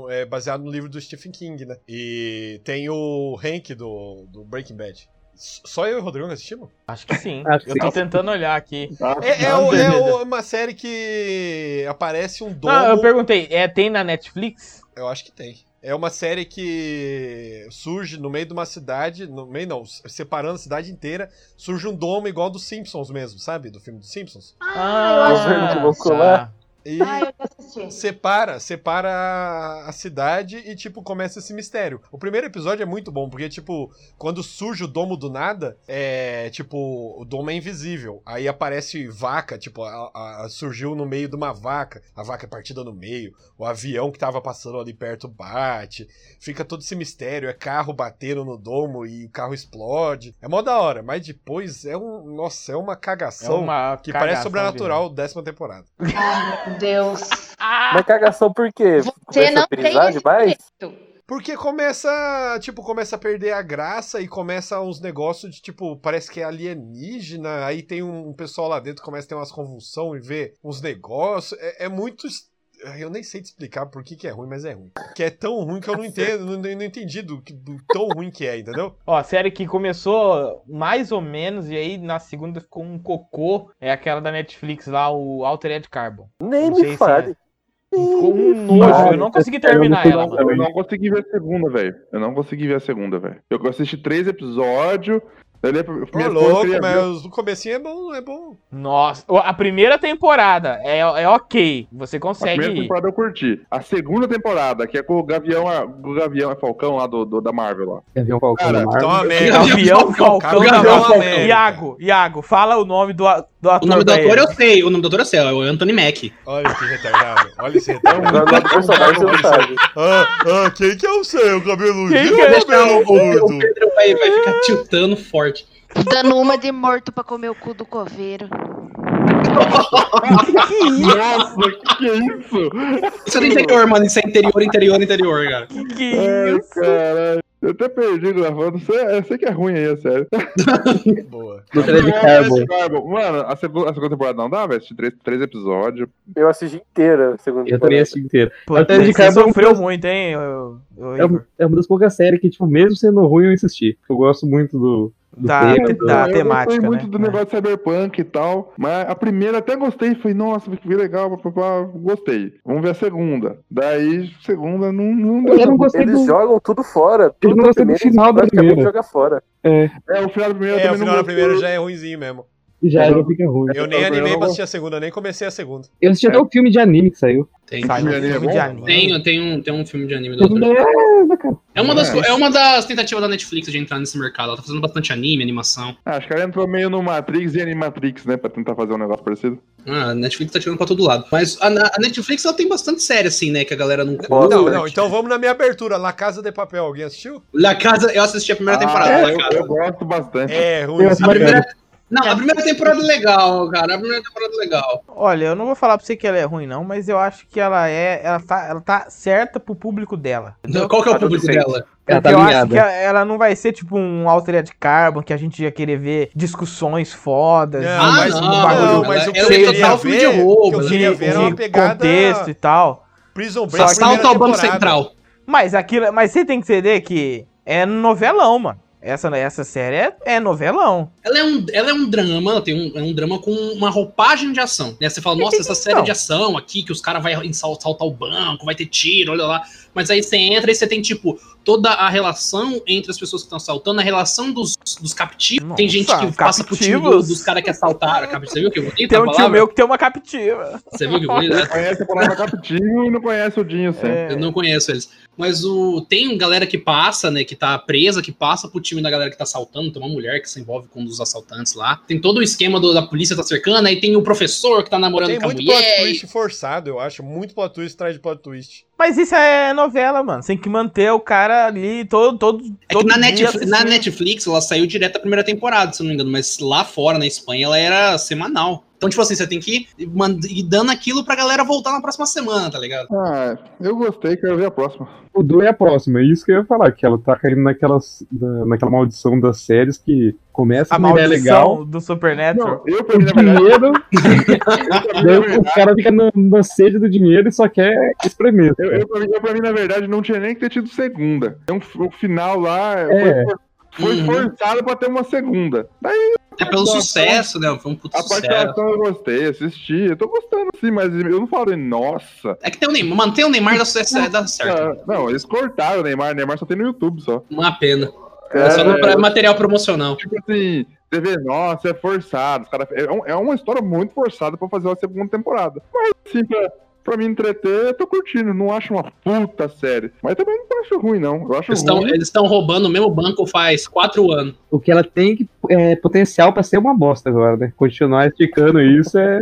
S5: um, é baseado no livro do Stephen King, né? E tem o Hank do, do Breaking Bad. Só eu e o Rodrigo não assistimos?
S1: Acho que sim.
S3: Acho que
S1: Eu tô
S3: sim.
S1: tentando olhar aqui.
S4: Tá?
S5: É, é o- é o- uma série que aparece um domo.
S1: Não, eu
S5: eu,
S1: perguntei, é, tem na Netflix?
S5: acho que tem. É uma série que surge no meio de uma cidade, no meio não, separando a cidade inteira, surge um domo igual do Simpsons mesmo, sabe? Do filme dos Simpsons.
S7: Ah, eu acho que eu vou colar.
S1: tá.
S5: E
S6: Ah, eu já assisti.
S5: separa, separa a- a cidade e, tipo, começa esse mistério. O primeiro episódio é muito bom, porque, tipo, quando surge o domo do nada, é, tipo, o domo é invisível. Aí aparece vaca, tipo, a- a- a- surgiu no meio de uma vaca, a vaca é partida no meio, o avião que tava passando ali perto bate, fica todo esse mistério, é carro batendo no domo e o carro explode. É mó da hora, mas depois é um, nossa, é uma
S1: É
S5: cagação.
S1: uma
S5: Que
S1: cagação,
S5: parece sobrenatural, décima temporada.
S6: Ai, meu Deus.
S5: Ah.
S7: Mas cagação por quê?
S6: Você não
S7: a brisar
S6: tem
S7: demais?
S6: respeito.
S5: Porque começa, tipo, começa a perder a graça e começa uns negócios de, tipo, parece que é alienígena, aí tem um pessoal lá dentro que começa a ter umas convulsão e vê uns negócios. É, é muito. es- Eu nem sei te explicar por que, que é ruim, mas é ruim. Que é tão ruim que eu não entendo, não, não entendi do, que- do tão ruim que é, entendeu?
S1: Ó, a série que começou mais ou menos, e aí na segunda ficou um cocô, é aquela da Netflix lá, o Altered Carbon.
S7: Nem
S1: Não sei se
S7: me fale.
S1: Ficou um nojo, eu não consegui terminar ela. mano.
S4: Eu não consegui ver a segunda, velho. Eu não consegui ver a segunda, velho. Eu assisti três episódios. Daí a
S5: Ô, louco, mas o comecinho é bom, é bom.
S1: Nossa, a primeira temporada é, é ok, você
S4: A
S1: consegue
S4: primeira
S1: ir.
S4: temporada eu curti. A segunda temporada, que é com o Gavião, a- o Gavião é Falcão lá do, do- da Marvel lá.
S3: Gavião Falcão
S4: Cara,
S3: da Marvel.
S5: Então, uma merda.
S1: Gavião
S5: Cara,
S1: Falcão
S5: o
S1: da
S5: Gavião
S1: Marvel.
S5: é uma merda.
S1: Iago, Iago, fala o nome do, a- do ator
S2: O nome do
S1: daí.
S2: autor eu sei, o nome do autor eu sei, é o Anthony Mack.
S5: Olha esse retardado, olha esse
S7: Agora
S5: retardado.
S7: o nome do personagem você não um, sabe.
S5: ah, ah, quem que é o seu cabeludinho?
S1: Quem que é
S5: o
S1: o
S5: cabelo
S2: O Pedro vai, vai ficar tiltando forte.
S6: Dando uma de morto pra comer o cu do coveiro.
S4: Nossa, que que é isso?
S2: Isso é do interior, mano, isso é interior, interior, interior, cara.
S1: Que que é isso?
S4: Caralho. Eu até perdi gravando. Sei- Eu sei que é ruim aí, é sério.
S5: Boa.
S3: Do Altered Carbon.
S4: Mano, a segunda, a segunda temporada não dá, velho. Assisti três, três episódios.
S7: Eu assisti inteira, segundo
S3: Eu também assisti inteiro.
S1: Pô,
S3: Altered
S1: você
S3: É. Carbon
S1: sofreu muito, hein, ô- ô
S3: um É,
S1: Igor?
S3: um- é uma das poucas séries que, tipo, mesmo sendo ruim, eu insisti. Eu gosto muito do. do
S1: Da-
S3: tema, do-
S1: da- Tá,
S4: eu
S1: temática,
S4: gostei muito
S1: né?
S4: do
S1: É.
S4: negócio de cyberpunk e tal. Mas a primeira até gostei. Falei, nossa, que legal, papapá, gostei. Vamos ver a segunda. Daí, segunda, não, não deu.
S3: Eu não gostei
S7: Eles
S3: do.
S7: jogam tudo fora.
S3: Eu
S7: Tudo
S3: não
S7: da
S3: gostei do
S7: primeira,
S3: final da
S7: praticamente
S3: primeira.
S7: joga fora.
S4: É, o final da primeira
S5: É, o
S4: também não
S5: final da
S4: gostei.
S5: primeira já é ruimzinho mesmo.
S3: Já, já fica ruim.
S5: Eu nem
S4: Eu
S5: animei
S4: não
S5: pra
S4: gosto.
S5: assistir a segunda, nem comecei a segunda.
S3: Eu assisti até o filme de anime que saiu.
S2: Tem,
S1: Saiu um
S4: Filme de
S1: filme
S4: anime
S1: de
S4: é
S1: anime.
S2: tem, tem, um, tem um filme de anime do
S3: Todo
S2: autor.
S3: mundo é, cara.
S2: É uma, das,
S4: É.
S2: é uma das tentativas da Netflix de entrar nesse mercado. Ela tá fazendo bastante anime, animação.
S4: Ah, acho que ela entrou meio no Matrix e Animatrix, né? Pra tentar fazer um negócio parecido.
S2: Ah, a Netflix tá tirando pra todo lado. Mas a, a Netflix ela tem bastante série, assim, né? Que a galera não.
S7: Não,
S5: Não,
S7: Sorte.
S5: não, então vamos na minha abertura. La Casa de Papel, alguém assistiu?
S2: La Casa, eu assisti a primeira temporada né,
S4: Ah,
S2: da La
S4: eu,
S2: Casa.
S4: eu gosto bastante.
S5: É,
S2: A
S5: ruimzinho.
S2: primeira- Não, a primeira temporada é legal, cara. A primeira temporada é legal.
S1: Olha, eu não vou falar pra você que ela é ruim, não, mas eu acho que ela é. Ela tá, ela tá certa pro público dela.
S2: Qual
S4: tá
S2: que é o público
S7: Adolescente.
S2: dela?
S3: Ela tá
S1: Porque eu acho
S3: alinhada.
S1: que ela, ela não vai ser tipo um Altered Carbon, que a gente ia querer ver discussões fodas.
S5: Não,
S1: e
S2: Ah,
S5: mas,
S2: não,
S1: um
S5: não,
S1: bagulho
S5: mas o que
S2: Ela
S5: eu
S1: é
S5: queria
S2: total filme
S5: ver,
S2: de
S5: o que
S2: roubo,
S5: eu
S2: né?
S5: queria
S1: de,
S5: ver era uma
S1: de
S5: pegada
S1: contexto e tal.
S5: Prison Break
S2: Assalto
S5: primeira
S2: ao Banco
S5: temporada.
S2: Central.
S1: Mas aquilo. Mas você tem que entender que é novelão, mano. Essa, essa série é, é novelão.
S2: Ela é um, ela é um drama, ela tem um, é um drama com uma roupagem de ação. Né? Você fala, nossa, essa série
S1: Então.
S2: de ação aqui, que os caras vão assaltar o banco, vai ter tiro, olha lá. Mas aí você entra e você tem, tipo, toda a relação entre as pessoas que estão assaltando, a relação dos, dos captivos. tem gente que
S1: Nossa,
S2: passa pro time do-
S1: captivos.
S2: dos caras que assaltaram. Captivo, você viu que bonito
S1: Tem
S2: a
S1: um tio
S2: palavra?
S1: meu que tem uma captiva.
S2: Você viu que bonito?
S4: Conhece a palavra Capitinho e não conhece o Dinho sempre.
S1: É.
S2: Eu não conheço eles. Mas o tem galera que passa, né? Que tá presa, que passa pro time da galera que tá assaltando. Tem uma mulher que se envolve com um dos assaltantes lá. Tem todo o esquema do- da polícia tá cercando. Aí tem o professor que tá namorando
S5: Tem
S2: com a
S5: muito plot
S2: mulher. É
S5: twist forçado, eu acho. Muito plot twist atrás de plot twist.
S1: Mas isso é novela, mano. Você tem que manter o cara ali todo. todo
S2: É que
S1: todo
S2: na,
S1: dia
S2: Netflix, na
S1: assistindo.
S2: Netflix ela saiu direto da primeira temporada, se eu não me engano. Mas lá fora, na Espanha, ela era semanal. Então, tipo assim, você tem que ir mand- ir dando aquilo pra galera voltar na próxima semana, tá ligado?
S4: Ah, eu gostei, quero ver a próxima.
S3: O Du é a próxima, é isso que eu ia falar, que ela tá caindo naquelas, da- naquela maldição das séries que começa
S1: A
S3: com uma
S2: é
S3: ideia legal,
S1: maldição do Supernatural.
S4: Não, eu pra
S3: o
S4: mim, na verdade,
S3: dinheiro, daí o
S4: pra mim, na É verdade,
S3: cara fica na, na sede do dinheiro e só quer espremer.
S4: É eu, eu, pra mim, eu pra mim, na verdade, não tinha nem que ter tido segunda. Tem um, f- um final lá.
S3: É.
S4: Foi, Foi
S2: Uhum.
S4: forçado pra ter uma segunda. Daí
S2: É pelo sucesso, né? Foi um puta
S4: a parte da
S2: sucesso.
S4: ação eu gostei, assisti. Eu tô gostando sim, mas eu não falo, nossa.
S2: É que tem o Neymar, manter o Neymar dá, sucesso, dá certo.
S4: Ah, Não, eles cortaram o Neymar. O Neymar só tem no YouTube só.
S2: Uma pena.
S4: É,
S2: Só pra material promocional.
S4: tipo assim, TV, nossa, é forçado. Os cara, é, um- é uma história muito forçada pra fazer uma segunda temporada. Mas assim, pra, pra me entreter, eu tô curtindo. Não acho uma puta série. Mas também não acho ruim, não. Eu acho
S2: Eles estão
S4: ruim.
S2: eles estão roubando o mesmo banco faz quatro anos.
S3: O que ela tem que, é, potencial pra ser uma bosta agora, né? Continuar esticando isso é.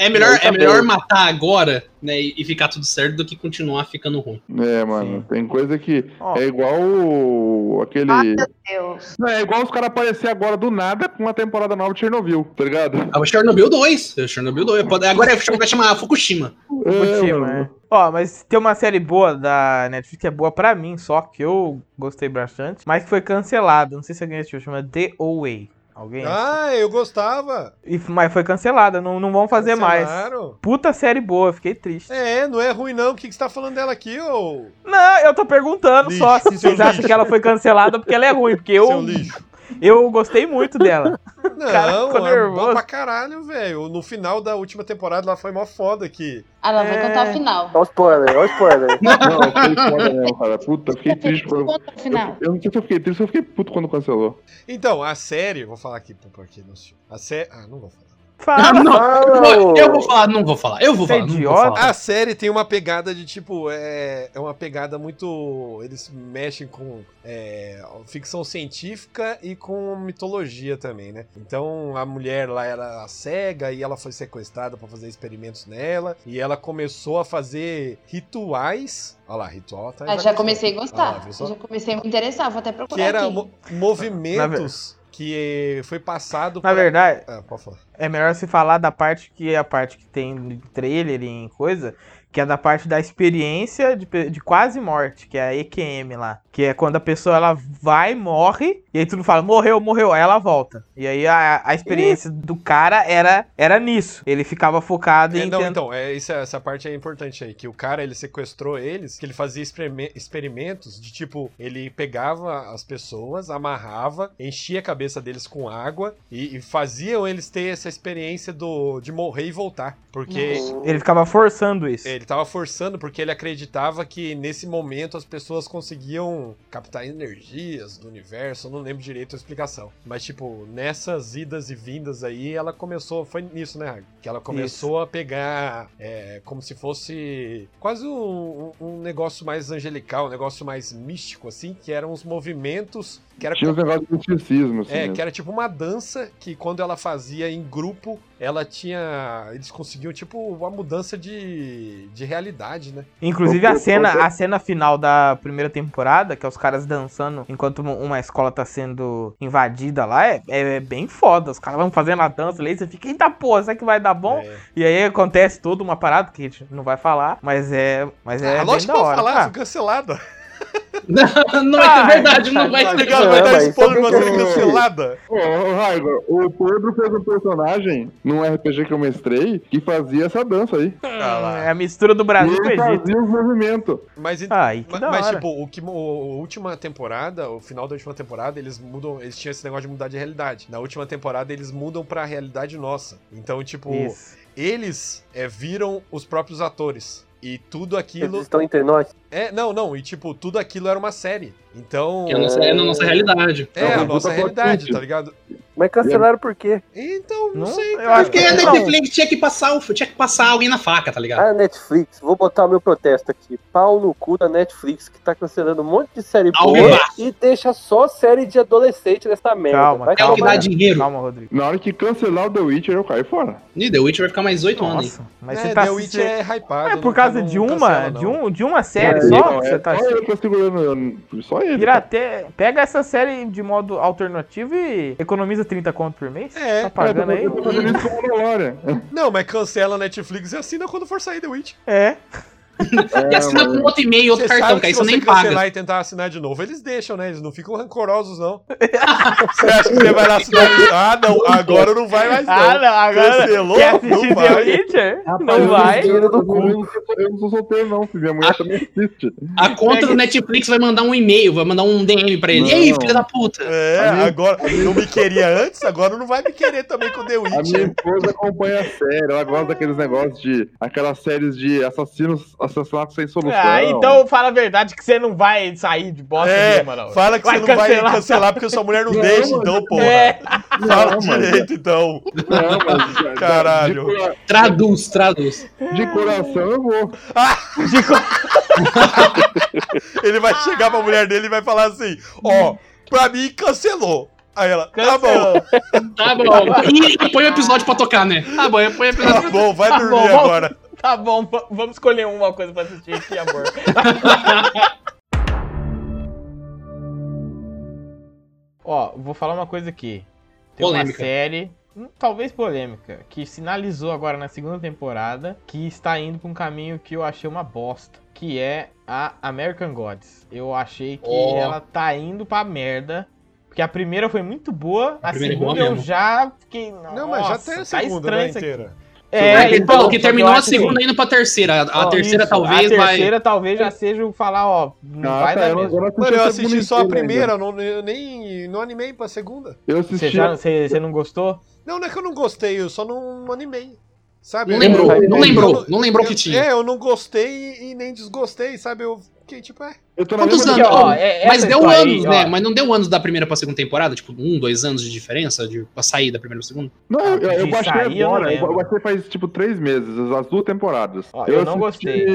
S2: É melhor, é melhor matar agora, né? E e ficar tudo certo do que continuar ficando ruim.
S4: É, mano.
S1: Sim.
S4: Tem coisa que
S1: Ó,
S4: é igual o- aquele.
S6: Ai, meu Deus.
S4: Não, é igual os caras aparecer agora do nada com uma temporada nova de Chernobyl, tá ligado?
S2: Ah, o Chernobyl 2. é o Chernobyl 2. Pode- Agora é- vai chamar Fukushima.
S1: Fukushima,
S5: né?
S1: é. Ó, mas tem uma série boa da Netflix que é boa pra mim, só que eu gostei bastante, mas que foi cancelada. Não sei se alguém assistiu, chama The Away. Alguém?
S5: Ah, eu gostava.
S1: E, mas foi cancelada, não, não vão fazer mais.
S5: Cancelaram.
S1: Puta série boa, fiquei triste.
S5: É, não é ruim não. O que, que você tá falando dela aqui, ô?
S1: Não, eu tô perguntando
S5: Lixo,
S1: só se
S5: seu
S1: vocês acham
S5: lixo.
S1: que ela foi cancelada porque ela é ruim, porque eu,
S5: Seu lixo.
S1: eu gostei muito dela.
S5: Não,
S1: cara ficou
S5: é
S1: nervoso.
S5: bom pra caralho, velho. No final da última temporada lá foi mó foda que.
S6: Ah, não, vai
S1: É.
S6: contar o final.
S7: Olha o spoiler, olha o spoiler.
S4: Não, foi foda mesmo, cara. Puta, eu fiquei triste. por-
S6: Conta o final.
S4: Eu não sei se eu fiquei triste, eu fiquei puto quando cancelou.
S5: Então, a série. Vou falar aqui pro porquê não sei. A série. Ah, não vou falar.
S1: Fala.
S2: não,
S7: Fala, ô.
S2: Eu vou falar, não vou falar. Eu vou
S1: Você é
S2: falar. Não vou
S1: idiota?
S2: falar.
S5: A série tem uma pegada de tipo. É, é uma pegada muito. Eles mexem com é, ficção científica e com mitologia também, né? Então a mulher lá era cega e ela foi sequestrada pra fazer experimentos nela. E ela começou a fazer rituais. Olha lá, ritual tá.
S6: Ah, já comecei a
S5: Olha lá,
S6: gostar.
S5: viu só?
S6: já comecei a me interessar. Vou até
S5: Que
S6: procurar.
S5: era
S6: aqui.
S5: mo- movimentos que foi passado
S1: Na verdade,
S5: Ah, pode falar.
S1: é melhor se falar da parte que é a parte que tem em trailer e em coisa, que é da parte da experiência de, pe- de quase morte, que é a EQM lá. Que é quando a pessoa ela vai, morre, e aí tudo fala, morreu, morreu, aí ela volta. E aí a, a experiência do cara era, era nisso. Ele ficava focado
S5: É,
S1: em.
S5: não,
S1: tentar-
S5: então, é, isso é- essa parte é importante aí, que o cara, ele sequestrou eles, que ele fazia experime- experimentos de, tipo, ele pegava as pessoas, amarrava, enchia a cabeça deles com água e, e faziam eles ter essa experiência do, de morrer e voltar, porque...
S1: Ele ficava forçando isso.
S5: É, Ele tava forçando porque ele acreditava que nesse momento as pessoas conseguiam captar energias do universo, eu não lembro direito a explicação. Mas, tipo, nessas idas e vindas aí, ela começou. Foi nisso, né, Hag? Que ela começou a pegar é, como se fosse quase um, um- um negócio mais angelical, um negócio mais místico, assim, que eram os movimentos. Que era
S4: Tinha os negócios de misticismo, assim.
S5: é,
S1: né?
S4: mesmo.
S5: que era tipo uma dança que quando ela fazia em grupo, ela tinha. Eles conseguiam, tipo, uma mudança de, de realidade, né?
S1: Inclusive a cena, a cena final da primeira temporada, que é os caras dançando enquanto uma- uma escola tá sendo invadida lá, é, é- é bem foda. Os caras vão fazendo a dança ali, você fica, eita porra, será que vai dar bom?
S5: É.
S1: E aí acontece toda uma parada que a gente não vai falar, mas é. Mas é
S5: ah,
S1: bem
S5: lógico
S1: da
S5: que eu vou
S1: hora.
S5: falar,
S1: Ah,
S5: foi cancelada.
S2: Não, não vai ter verdade, não vai
S5: Tá
S2: ter.
S5: ligado? Vai
S7: É,
S5: dar
S7: mas
S5: spoiler
S7: sabe
S5: pra ser
S4: que eu-
S5: cancelada.
S4: Ô, ô, Raigo, o Pedro fez um personagem num RPG que eu mestrei que fazia essa dança aí.
S5: Ah lá.
S1: é a mistura do Brasil
S4: e
S1: com o
S4: ele
S1: Egito.
S4: fazia os movimentos.
S5: Mas então.
S1: Ai, que
S5: Ma-
S1: Ah, da
S5: Mas,
S1: hora.
S5: tipo, o que mo- o, a última temporada, o final da última temporada, eles mudam. Eles tinham esse negócio de mudar de realidade. Na última temporada, eles mudam pra realidade nossa. Então, tipo,
S1: Isso.
S5: eles é, viram os próprios atores. E tudo
S7: Eles
S5: aquilo.
S7: estão entre nós.
S5: É, não, não. E, tipo, tudo aquilo era uma série. Então.
S2: Que é a nossa- é na nossa realidade.
S5: É,
S4: Não,
S5: a
S4: mas
S5: nossa
S4: puta
S5: realidade,
S4: potente.
S5: tá ligado?
S7: Mas cancelaram por quê?
S5: Então,
S1: Não,
S5: não, sei,
S1: eu
S5: cara.
S1: acho é,
S2: Porque a
S1: Não.
S2: Netflix tinha que passar, o- tinha que passar alguém na faca, tá ligado?
S7: Ah, Netflix, vou botar o meu protesto aqui. Pau no cu da Netflix, que tá cancelando um monte de série
S2: Ao
S7: boa e deixa só série de adolescente nessa merda.
S1: Calma,
S7: Vai
S2: É o que
S7: tomar-
S2: dá dinheiro.
S1: Calma, Rodrigo.
S4: Na hora que cancelar o The Witcher, eu caí fora.
S2: E The Witch vai ficar mais oito anos.
S1: Nossa, mas
S5: É,
S1: você tá.
S5: The Witch
S1: você-
S5: é hypado.
S1: é
S5: não-
S1: por causa
S5: não
S1: de uma,
S5: cancela, não.
S1: de, um, de uma série
S4: É,
S1: só
S4: então,
S1: que
S4: é
S1: você tá
S4: só
S1: assistindo.
S4: ele que tá segurando, eu- só ele.
S1: Pirate... Pega essa série de modo alternativo e economiza 30 conto por mês.
S5: É,
S1: Tá pagando aí?
S4: Eu tô fazendo isso com o Mandalorian. É,
S5: Não, mas cancela a Netflix e assina quando for sair The Witch.
S1: É.
S2: E assina com outro e-mail, outro
S5: Você
S2: cartão,
S5: sabe
S2: que
S5: que
S2: aí
S5: se
S2: você
S5: você
S2: nem paga.
S5: cancelar e tentar assinar de novo, eles deixam, né? Eles não ficam rancorosos, não. você acha que você vai lá assinar? Ah, não, agora não vai mais, não.
S1: Ah, não, agora.
S5: Cancelou?
S1: Quer assistir
S5: Não
S1: The
S5: vai.
S1: Witcher?
S7: Rapaz,
S1: Não
S7: eu
S1: vai?
S7: não Dinheiro do cu.
S4: Eu não sou- eu não sou solteiro, não, filho. Minha mulher também assiste.
S2: A conta do Netflix vai mandar um e-mail, vai mandar um DM pra ele. E aí,
S4: Não.
S2: filho da puta?
S5: É, agora não me queria antes, agora não vai me querer também com The
S4: A minha
S5: Witcher.
S4: esposa acompanha a série. Ela gosta daqueles negócios de. Aquelas séries de assassinos, assassinatos sem solução.
S1: Ah, então fala a verdade que você não vai sair de bosta
S5: É,
S1: nenhuma, não.
S5: fala que
S1: Vai
S5: você não vai
S1: cancelar.
S5: cancelar porque sua mulher não,
S4: Não,
S5: deixa,
S4: mano.
S5: então, porra.
S1: É.
S5: Fala
S4: Não, mano.
S5: direito, então.
S4: Não, mas.
S5: Caralho.
S4: De, cora-
S2: Traduz, traduz.
S4: de coração eu vou.
S5: Ele vai chegar pra mulher dele e vai falar assim: ó, pra mim cancelou. Aí ela, tá bom,
S1: Cancelou.
S2: Tá bom. E, e põe o episódio pra tocar, né? Tá bom, põe o episódio.
S5: tá bom, vai
S1: Tá
S5: dormir
S1: bom.
S5: agora.
S1: Tá bom, v- vamos escolher uma coisa pra assistir aqui, amor. Ó, vou falar uma coisa aqui. Tem
S2: Polêmica.
S1: uma série, hum, talvez polêmica, que sinalizou agora na segunda temporada que está indo pra um caminho que eu achei uma bosta, que é a American Gods. Eu achei que
S2: Ó.
S1: ela tá indo pra merda. Porque a primeira foi muito boa, a,
S2: primeira é boa
S1: segunda eu
S2: mesmo.
S1: já fiquei.
S5: Não, mas já tem a
S1: "Nossa, tá
S5: segunda,
S1: estranho
S5: né,
S1: isso aqui."
S5: inteira.
S1: É,
S2: ele
S1: então,
S2: falou que
S1: só eu
S2: terminou a
S1: acho que-
S2: segunda indo pra terceira. A
S1: Ó,
S2: terceira
S1: isso,
S2: talvez
S1: A
S2: vai.
S1: terceira talvez já seja o falar, ó, não
S4: Ah,
S1: vai
S4: tá,
S1: dar
S4: eu não-
S1: mesmo.
S4: eu não assisti
S5: Mano, eu
S4: essa
S5: assisti só a
S4: bonitinha ainda.
S5: primeira, eu não, eu nem não animei pra segunda.
S4: Eu
S1: Você,
S4: assisti.
S1: já, você, você não gostou?
S5: Não, não é que eu não gostei, eu só não animei. Sabe?
S2: Não lembrou,
S5: Eu-
S2: não
S5: eu-
S2: lembrou,
S5: eu-
S2: não lembrou
S5: eu-
S2: que tinha.
S5: É, eu não gostei e nem desgostei, sabe? Eu fiquei tipo, é.
S4: Eu tô na
S2: Quantos
S4: mesma
S2: anos?
S1: Porque, ó,
S2: Ó,
S1: é-
S2: Mas
S1: essa
S2: deu
S1: história
S2: anos,
S1: aí,
S2: né?
S1: ó,
S2: Mas não deu anos da primeira pra segunda temporada? Tipo, um, dois anos de diferença de, pra sair da primeira pra segunda?
S4: Não, eu, eu, eu
S1: De
S4: baixei
S1: sair, eu não
S4: agora. Eu,
S1: lembro.
S4: baixei faz tipo três meses, as- as duas temporadas.
S1: Ó, eu não
S4: gostei.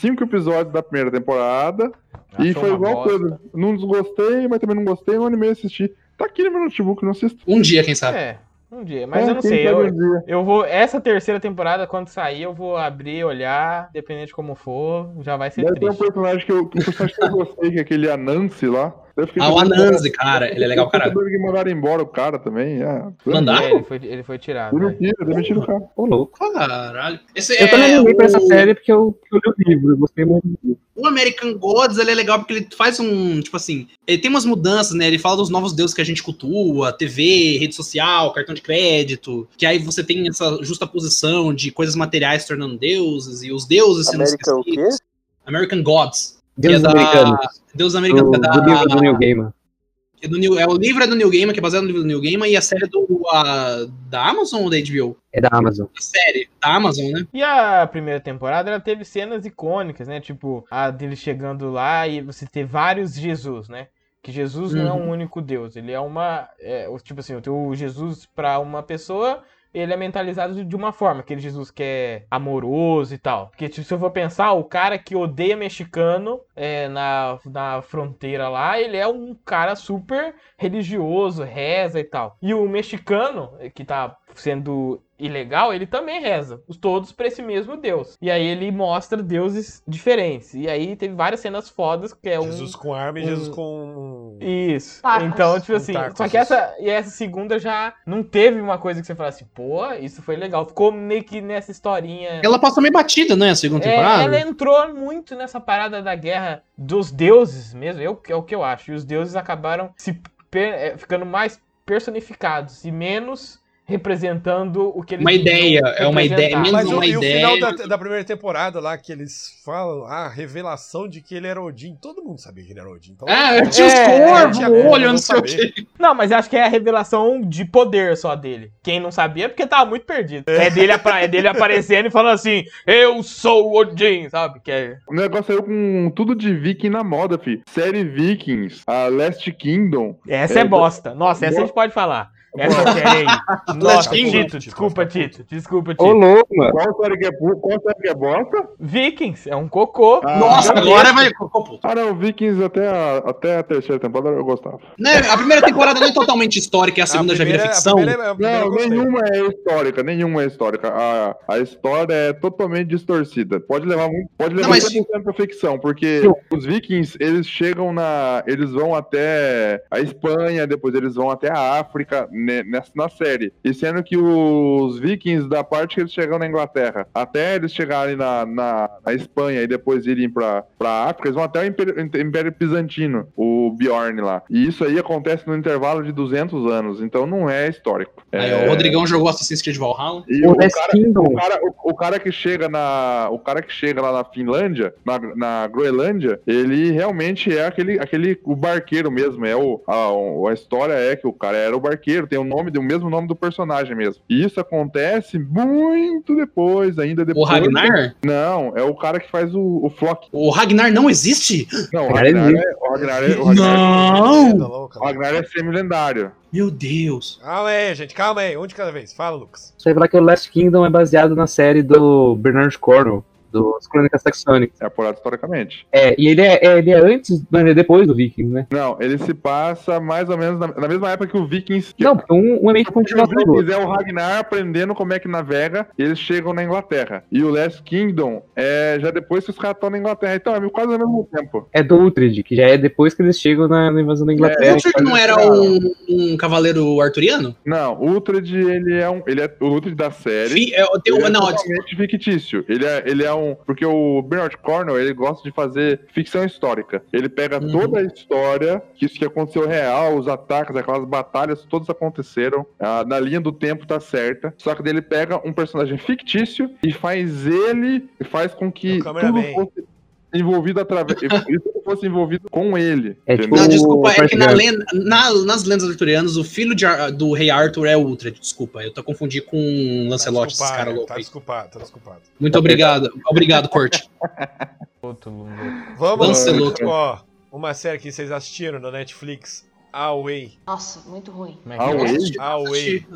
S4: cinco episódios da primeira temporada e
S1: achou
S4: foi
S1: uma
S4: igual
S1: bosta.
S4: coisa. Não desgostei, mas também não gostei, não animei a assistir. Tá aqui no meu notebook, não assisto.
S2: Um dia, quem sabe?
S1: É, um dia. Mas
S4: Tá
S1: eu não
S4: aqui,
S1: sei,
S4: pega
S1: eu,
S4: um dia.
S1: eu vou... Essa terceira temporada, quando sair, eu vou abrir, olhar, dependendo de como for, já vai ser
S4: Deve ter um
S1: triste.
S4: personagem que eu, um personagem que eu gostei, que é aquele Anansi lá. É, Eu fiquei
S2: Ah, o
S4: sabendo-
S2: Anansi, cara, ele é legal,
S4: Eu fiquei
S2: caralho.
S4: sabendo que mandaram embora o cara também. É.
S2: Mandaram?
S1: É, ele foi, ele foi tirado. né?
S4: Demitiram, demitiram o cara.
S3: Ô, louco.
S2: Caralho. Esse
S3: Eu também
S2: é
S3: animei pra essa
S2: o-
S3: série porque eu, porque eu li o livro, eu gostei muito do livro.
S2: O American Gods, ele é legal porque ele faz um, tipo assim, ele tem umas mudanças, né? Ele fala dos novos deuses que a gente cultua, TV, rede social, cartão de crédito, que aí você tem essa justa posição de coisas materiais se tornando deuses e os deuses sendo
S7: American o quê?
S2: esquecidos. American Gods.
S3: Deuses
S2: da-
S3: americanos.
S2: Deuses
S3: Do,
S2: americanos é da-
S3: do livro do Neil Gaiman.
S2: é do New- é o livro é do New Gaiman, que é baseado no livro do New Gaiman, e a série é do a- da Amazon ou da HBO?
S3: É da Amazon.
S2: A série da Amazon, né?
S1: E a primeira temporada, ela teve cenas icônicas, né? Tipo, a dele chegando lá e você ter vários Jesus, né? Que Jesus não é um único Deus, ele é uma. é, o- tipo assim, eu tenho o Jesus pra uma pessoa, ele é mentalizado de- de uma forma, aquele Jesus que é amoroso e tal. Porque tipo, se eu for pensar, o cara que odeia mexicano é, na, na fronteira lá, ele é um cara super religioso, reza e tal. E o mexicano, eh, que tá sendo ilegal, ele também reza. Os todos pra esse mesmo Deus. E aí ele mostra deuses diferentes. E aí teve várias cenas fodas, que é um.
S5: Jesus com arma e
S1: um-
S5: Jesus com.
S1: Isso.
S6: Tacos.
S1: Então, tipo
S5: Um
S1: assim,
S2: Tá,
S5: tacos,
S1: só que
S5: isso.
S1: essa, e essa segunda já não teve uma coisa que você falasse, pô, isso foi legal. Ficou meio que nessa historinha.
S2: Ela passou meio batida, né? A segunda
S1: É,
S2: temporada.
S1: ela entrou muito nessa parada da guerra dos deuses mesmo, eu, é o que eu acho. E os deuses acabaram se per- é, ficando mais personificados e menos representando o que eles
S2: Uma ideia,
S1: queriam
S2: é uma ideia,
S1: representar.
S2: menos
S5: Ah, Mas o,
S2: uma
S5: e o
S2: ideia.
S5: final da, da primeira temporada lá, que eles falam, a revelação de que ele era Odin. Todo mundo sabia que ele era Odin. Então,
S2: É, eu tinha
S1: É,
S2: os corvos,
S5: tinha
S2: o
S5: corvo,
S2: olho, não
S5: não
S2: sei o
S5: sabia.
S2: quê.
S1: Não, mas acho que é a revelação de poder só dele. Quem não sabia é porque tava muito perdido. É dele, apa- é dele aparecendo e falando assim: Eu sou o Odin, sabe? Que é-
S4: O negócio saiu com tudo de viking na moda, fi. Série Vikings, a Last Kingdom.
S1: Essa é,
S4: É,
S1: bosta. Nossa, essa a gente pode falar.
S2: É,
S1: Essa série aí. Nossa,
S2: Tadinho.
S1: Tito, desculpa, Tito. Desculpa,
S3: Ô,
S1: Tito.
S3: louco, mano.
S4: Qual série que é, pu- qual série que é bosta?
S1: Vikings, é um cocô.
S4: Ah,
S2: Nossa,
S4: eu-
S2: agora vai. Pô,
S4: Ah, não, Vikings até a, até a terceira temporada eu gostava.
S2: Né, a primeira temporada não é totalmente histórica, a segunda já vira ficção.
S5: A primeira, a primeira eu
S4: Não,
S5: gostei.
S4: nenhuma é histórica, nenhuma é histórica. A, a história é totalmente distorcida. Pode levar muito, pode levar
S2: Não, mas-
S4: muito tempo pra ficção, porque os vikings, eles chegam na, eles vão até a Espanha, depois eles vão até a África. ne- nessa, na série. E sendo que os vikings, da parte que eles chegaram na Inglaterra, até eles chegarem na, na, na Espanha e depois irem pra, pra África, eles vão até o Império, Império Bizantino, o Bjorn lá. E isso aí acontece no intervalo de 200 anos, então não é histórico.
S2: Aí, ó, o Rodrigão jogou Assassin's Creed Valhalla.
S4: E
S8: O
S4: o
S8: Last
S4: cara-
S8: Kingdom.
S4: o cara, o, o cara que chega na, o cara que chega lá na Finlândia, na, na Groenlândia, ele realmente é aquele, aquele o barqueiro mesmo. É o, a, o- a história é que o cara era o barqueiro, tem o nome, o mesmo nome do personagem mesmo. E isso acontece muito depois, ainda
S2: O
S4: depois.
S2: Ragnar?
S4: Não, é o cara que faz o, o Flock.
S2: O Ragnar não existe?
S4: Não, o
S8: Cara,
S4: Ragnar
S8: ele-
S4: é, o Ragnar é, o Ragnar,
S2: Não!
S5: Tá louca,
S4: o Ragnar é semi-lendário.
S2: Meu Deus.
S5: Calma aí, gente, calma aí. Um de cada vez. Fala, Lucas.
S8: Você vai falar que o Last Kingdom é baseado na série do Bernard Cornwell, do As Crônicas Saxônicas.
S4: É apurado historicamente.
S8: É, e ele é, é- ele é antes, mas ele é depois do Vikings, né?
S4: Não, ele se passa mais ou menos na, na mesma época que o Vikings. que-
S8: Não, porque
S3: Então,
S8: um, um é meio que
S4: Os
S8: continuação do outro.
S4: Vikings é o Ragnar aprendendo como é que navega e eles chegam na Inglaterra. E o Last Kingdom é já depois que os caras estão na Inglaterra. Então é quase ao mesmo tempo.
S8: É do Uhtred, que já é depois que eles chegam na, na invasão da
S3: É,
S2: O
S8: Inglaterra.
S2: Uhtred não era um, um cavaleiro arturiano?
S4: Não, o Uhtred, ele é um. Ele é o Uhtred da série.
S2: Fi- é, tem
S4: Ele
S2: um-
S4: é
S2: não,
S4: totalmente fictício. Ele é, ele é um. Porque o Bernard Cornwell, ele gosta de fazer ficção histórica. Ele pega
S2: Uhum.
S4: toda a história, que isso que aconteceu real, os ataques, aquelas batalhas, todos aconteceram. ah, na linha do tempo tá certa. Só que daí ele pega um personagem fictício e faz ele. e faz com que
S5: É o cameraman.
S4: fosse envolvido através. e tudo fosse envolvido com ele.
S8: É
S4: entendeu?
S8: tipo-
S2: não,
S8: o
S2: desculpa, é
S8: Forrest
S2: que na
S8: Gump.
S2: lenda, na- nas lendas arturianas, o filho de Ar- do rei Arthur é o Uhtred, desculpa. Eu tô confundindo com o
S5: Tá
S2: Lancelot, esses
S5: desculpado,
S2: caras loucos
S5: Tá
S2: aí.
S5: desculpado, tá desculpado.
S2: Muito obrigado, obrigado, Corte.
S5: Vamos,
S2: Lancelot.
S5: ó. Uma série que vocês assistiram da Netflix, Away.
S6: Nossa, muito ruim.
S1: Como, é
S4: Ah,
S1: que
S4: Away?
S5: tá Away.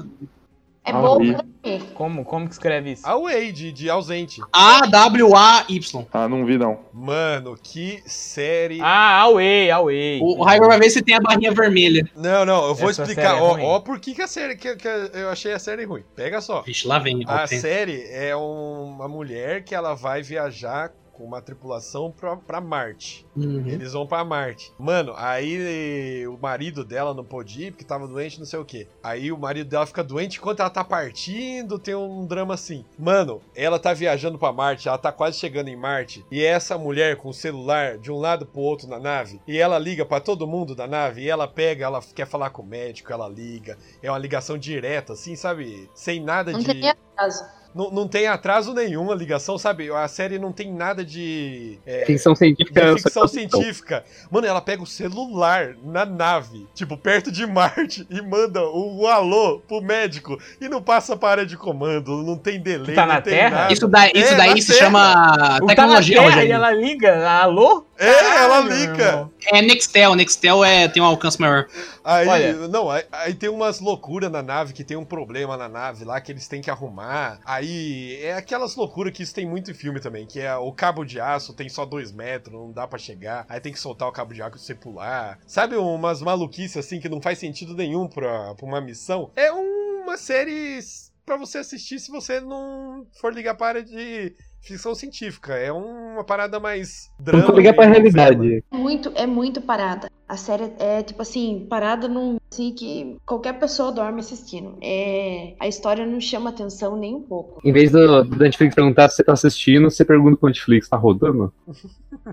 S6: É
S4: Ah,
S6: bom
S4: ruim.
S6: pra quê?
S1: é? como, como que escreve isso?
S5: Away, de, de ausente.
S2: A-W-A-Y.
S4: Ah, não vi não.
S5: Mano, que série.
S1: Ah, Away, Away.
S2: O, o Raigor vai ver se tem a barrinha vermelha.
S5: Não, não, eu vou
S1: Essa
S5: explicar.
S1: série é
S5: ó,
S1: ruim.
S5: ó, por que, que a série. Que, que eu achei a série ruim. Pega só.
S2: Vixe, lá vem. ó,
S5: A
S2: tem-
S5: série é uma mulher que ela vai viajar com uma tripulação pra, pra Marte.
S2: Uhum.
S5: Eles vão pra Marte. Mano, aí o marido dela não pôde ir porque tava doente, não sei o quê. Aí o marido dela fica doente enquanto ela tá partindo, tem um drama assim. Mano, ela tá viajando pra Marte, ela tá quase chegando em Marte. E é essa mulher com o celular de um lado pro outro na nave, e ela liga pra todo mundo da nave, e ela pega, ela quer falar com o médico, ela liga. É uma ligação direta, assim, sabe? Sem nada
S6: Não
S5: de.
S6: teria caso.
S5: Não, não tem atraso nenhum a ligação, sabe? A série não tem nada de. é,
S8: Ficção científica.
S5: de
S8: eu
S5: ficção
S8: só-
S5: científica. Mano, ela pega o celular na nave, tipo, perto de Marte, e manda o alô pro médico. E não passa para área de comando, não tem delay,
S1: Que tá
S5: não
S1: na
S5: tem
S1: Terra?
S5: nada.
S2: Isso, daí, isso
S5: É,
S2: daí
S5: na
S2: se
S5: Terra.
S2: chama
S1: O que tá na
S2: tecnologia, é
S1: terra e
S2: Rogério.
S1: ela liga, alô?
S5: É, ela
S1: Caralho, meu
S5: liga.
S1: irmão.
S2: É Nextel, Nextel é, tem um alcance maior.
S5: Aí,
S1: Olha.
S5: não, aí, aí tem umas loucuras na nave, que tem um problema na nave lá que eles têm que arrumar. Aí é aquelas loucuras que isso tem muito em filme também, que é o cabo de aço tem só dois metros, não dá pra chegar. Aí tem que soltar o cabo de aço pra você pular. Sabe umas maluquices assim que não faz sentido nenhum pra, pra uma missão? É uma série s- pra você assistir se você não for ligar pra área de ficção científica. É uma parada mais drama.
S8: Não vou ligar pra
S5: meio
S8: realidade.
S6: É muito, é muito parada. A série é, tipo assim, parada num assim que qualquer pessoa dorme assistindo. É, a história não chama atenção nem um pouco.
S8: Em vez do, do Netflix perguntar se você tá assistindo, você pergunta pro Netflix, tá rodando?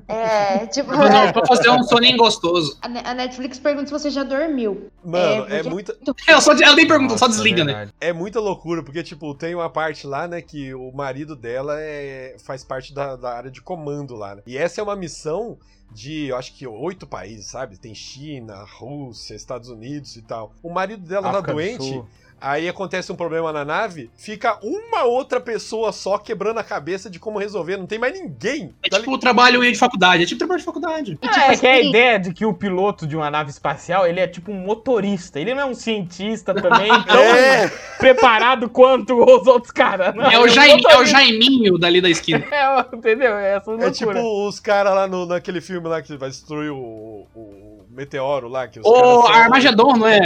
S6: É, tipo,
S2: Pra fazer, pra fazer um soninho gostoso.
S6: a Ne- a Netflix pergunta se você já dormiu.
S5: Mano,
S6: É,
S5: é
S6: porque-
S5: muita,
S2: Ela, só, ela nem pergunta, só
S1: Nossa,
S2: desliga, né?
S1: verdade.
S5: É muita loucura, porque, tipo, tem uma parte lá, né, que o marido dela é, faz parte da, da área de comando lá, né? E essa é uma missão de, eu acho que, oito países, sabe? Tem China, Rússia, Estados Unidos e tal. O marido dela tá
S1: África do
S5: doente,
S1: Sul.
S5: aí acontece um problema na nave, fica uma outra pessoa só quebrando a cabeça de como resolver, não tem mais ninguém.
S2: É
S5: Tá
S2: tipo o trabalho de faculdade, é tipo trabalho de faculdade.
S1: É, tipo, é que a
S6: assim-
S1: ideia de que o piloto de uma nave espacial, ele é tipo um motorista. Ele não é um cientista também tão
S2: um
S5: É.
S1: preparado quanto os outros caras. Não,
S2: É o,
S1: ele
S2: Jaime, é o
S1: motorista.
S2: Jaiminho dali da esquina.
S1: É, entendeu? É essa
S5: É
S2: né?
S1: loucura.
S5: tipo os caras lá no, naquele filme lá que vai destruir o, o meteoro lá. Que os
S2: Ou
S5: caras são-
S2: Armagedon, não é?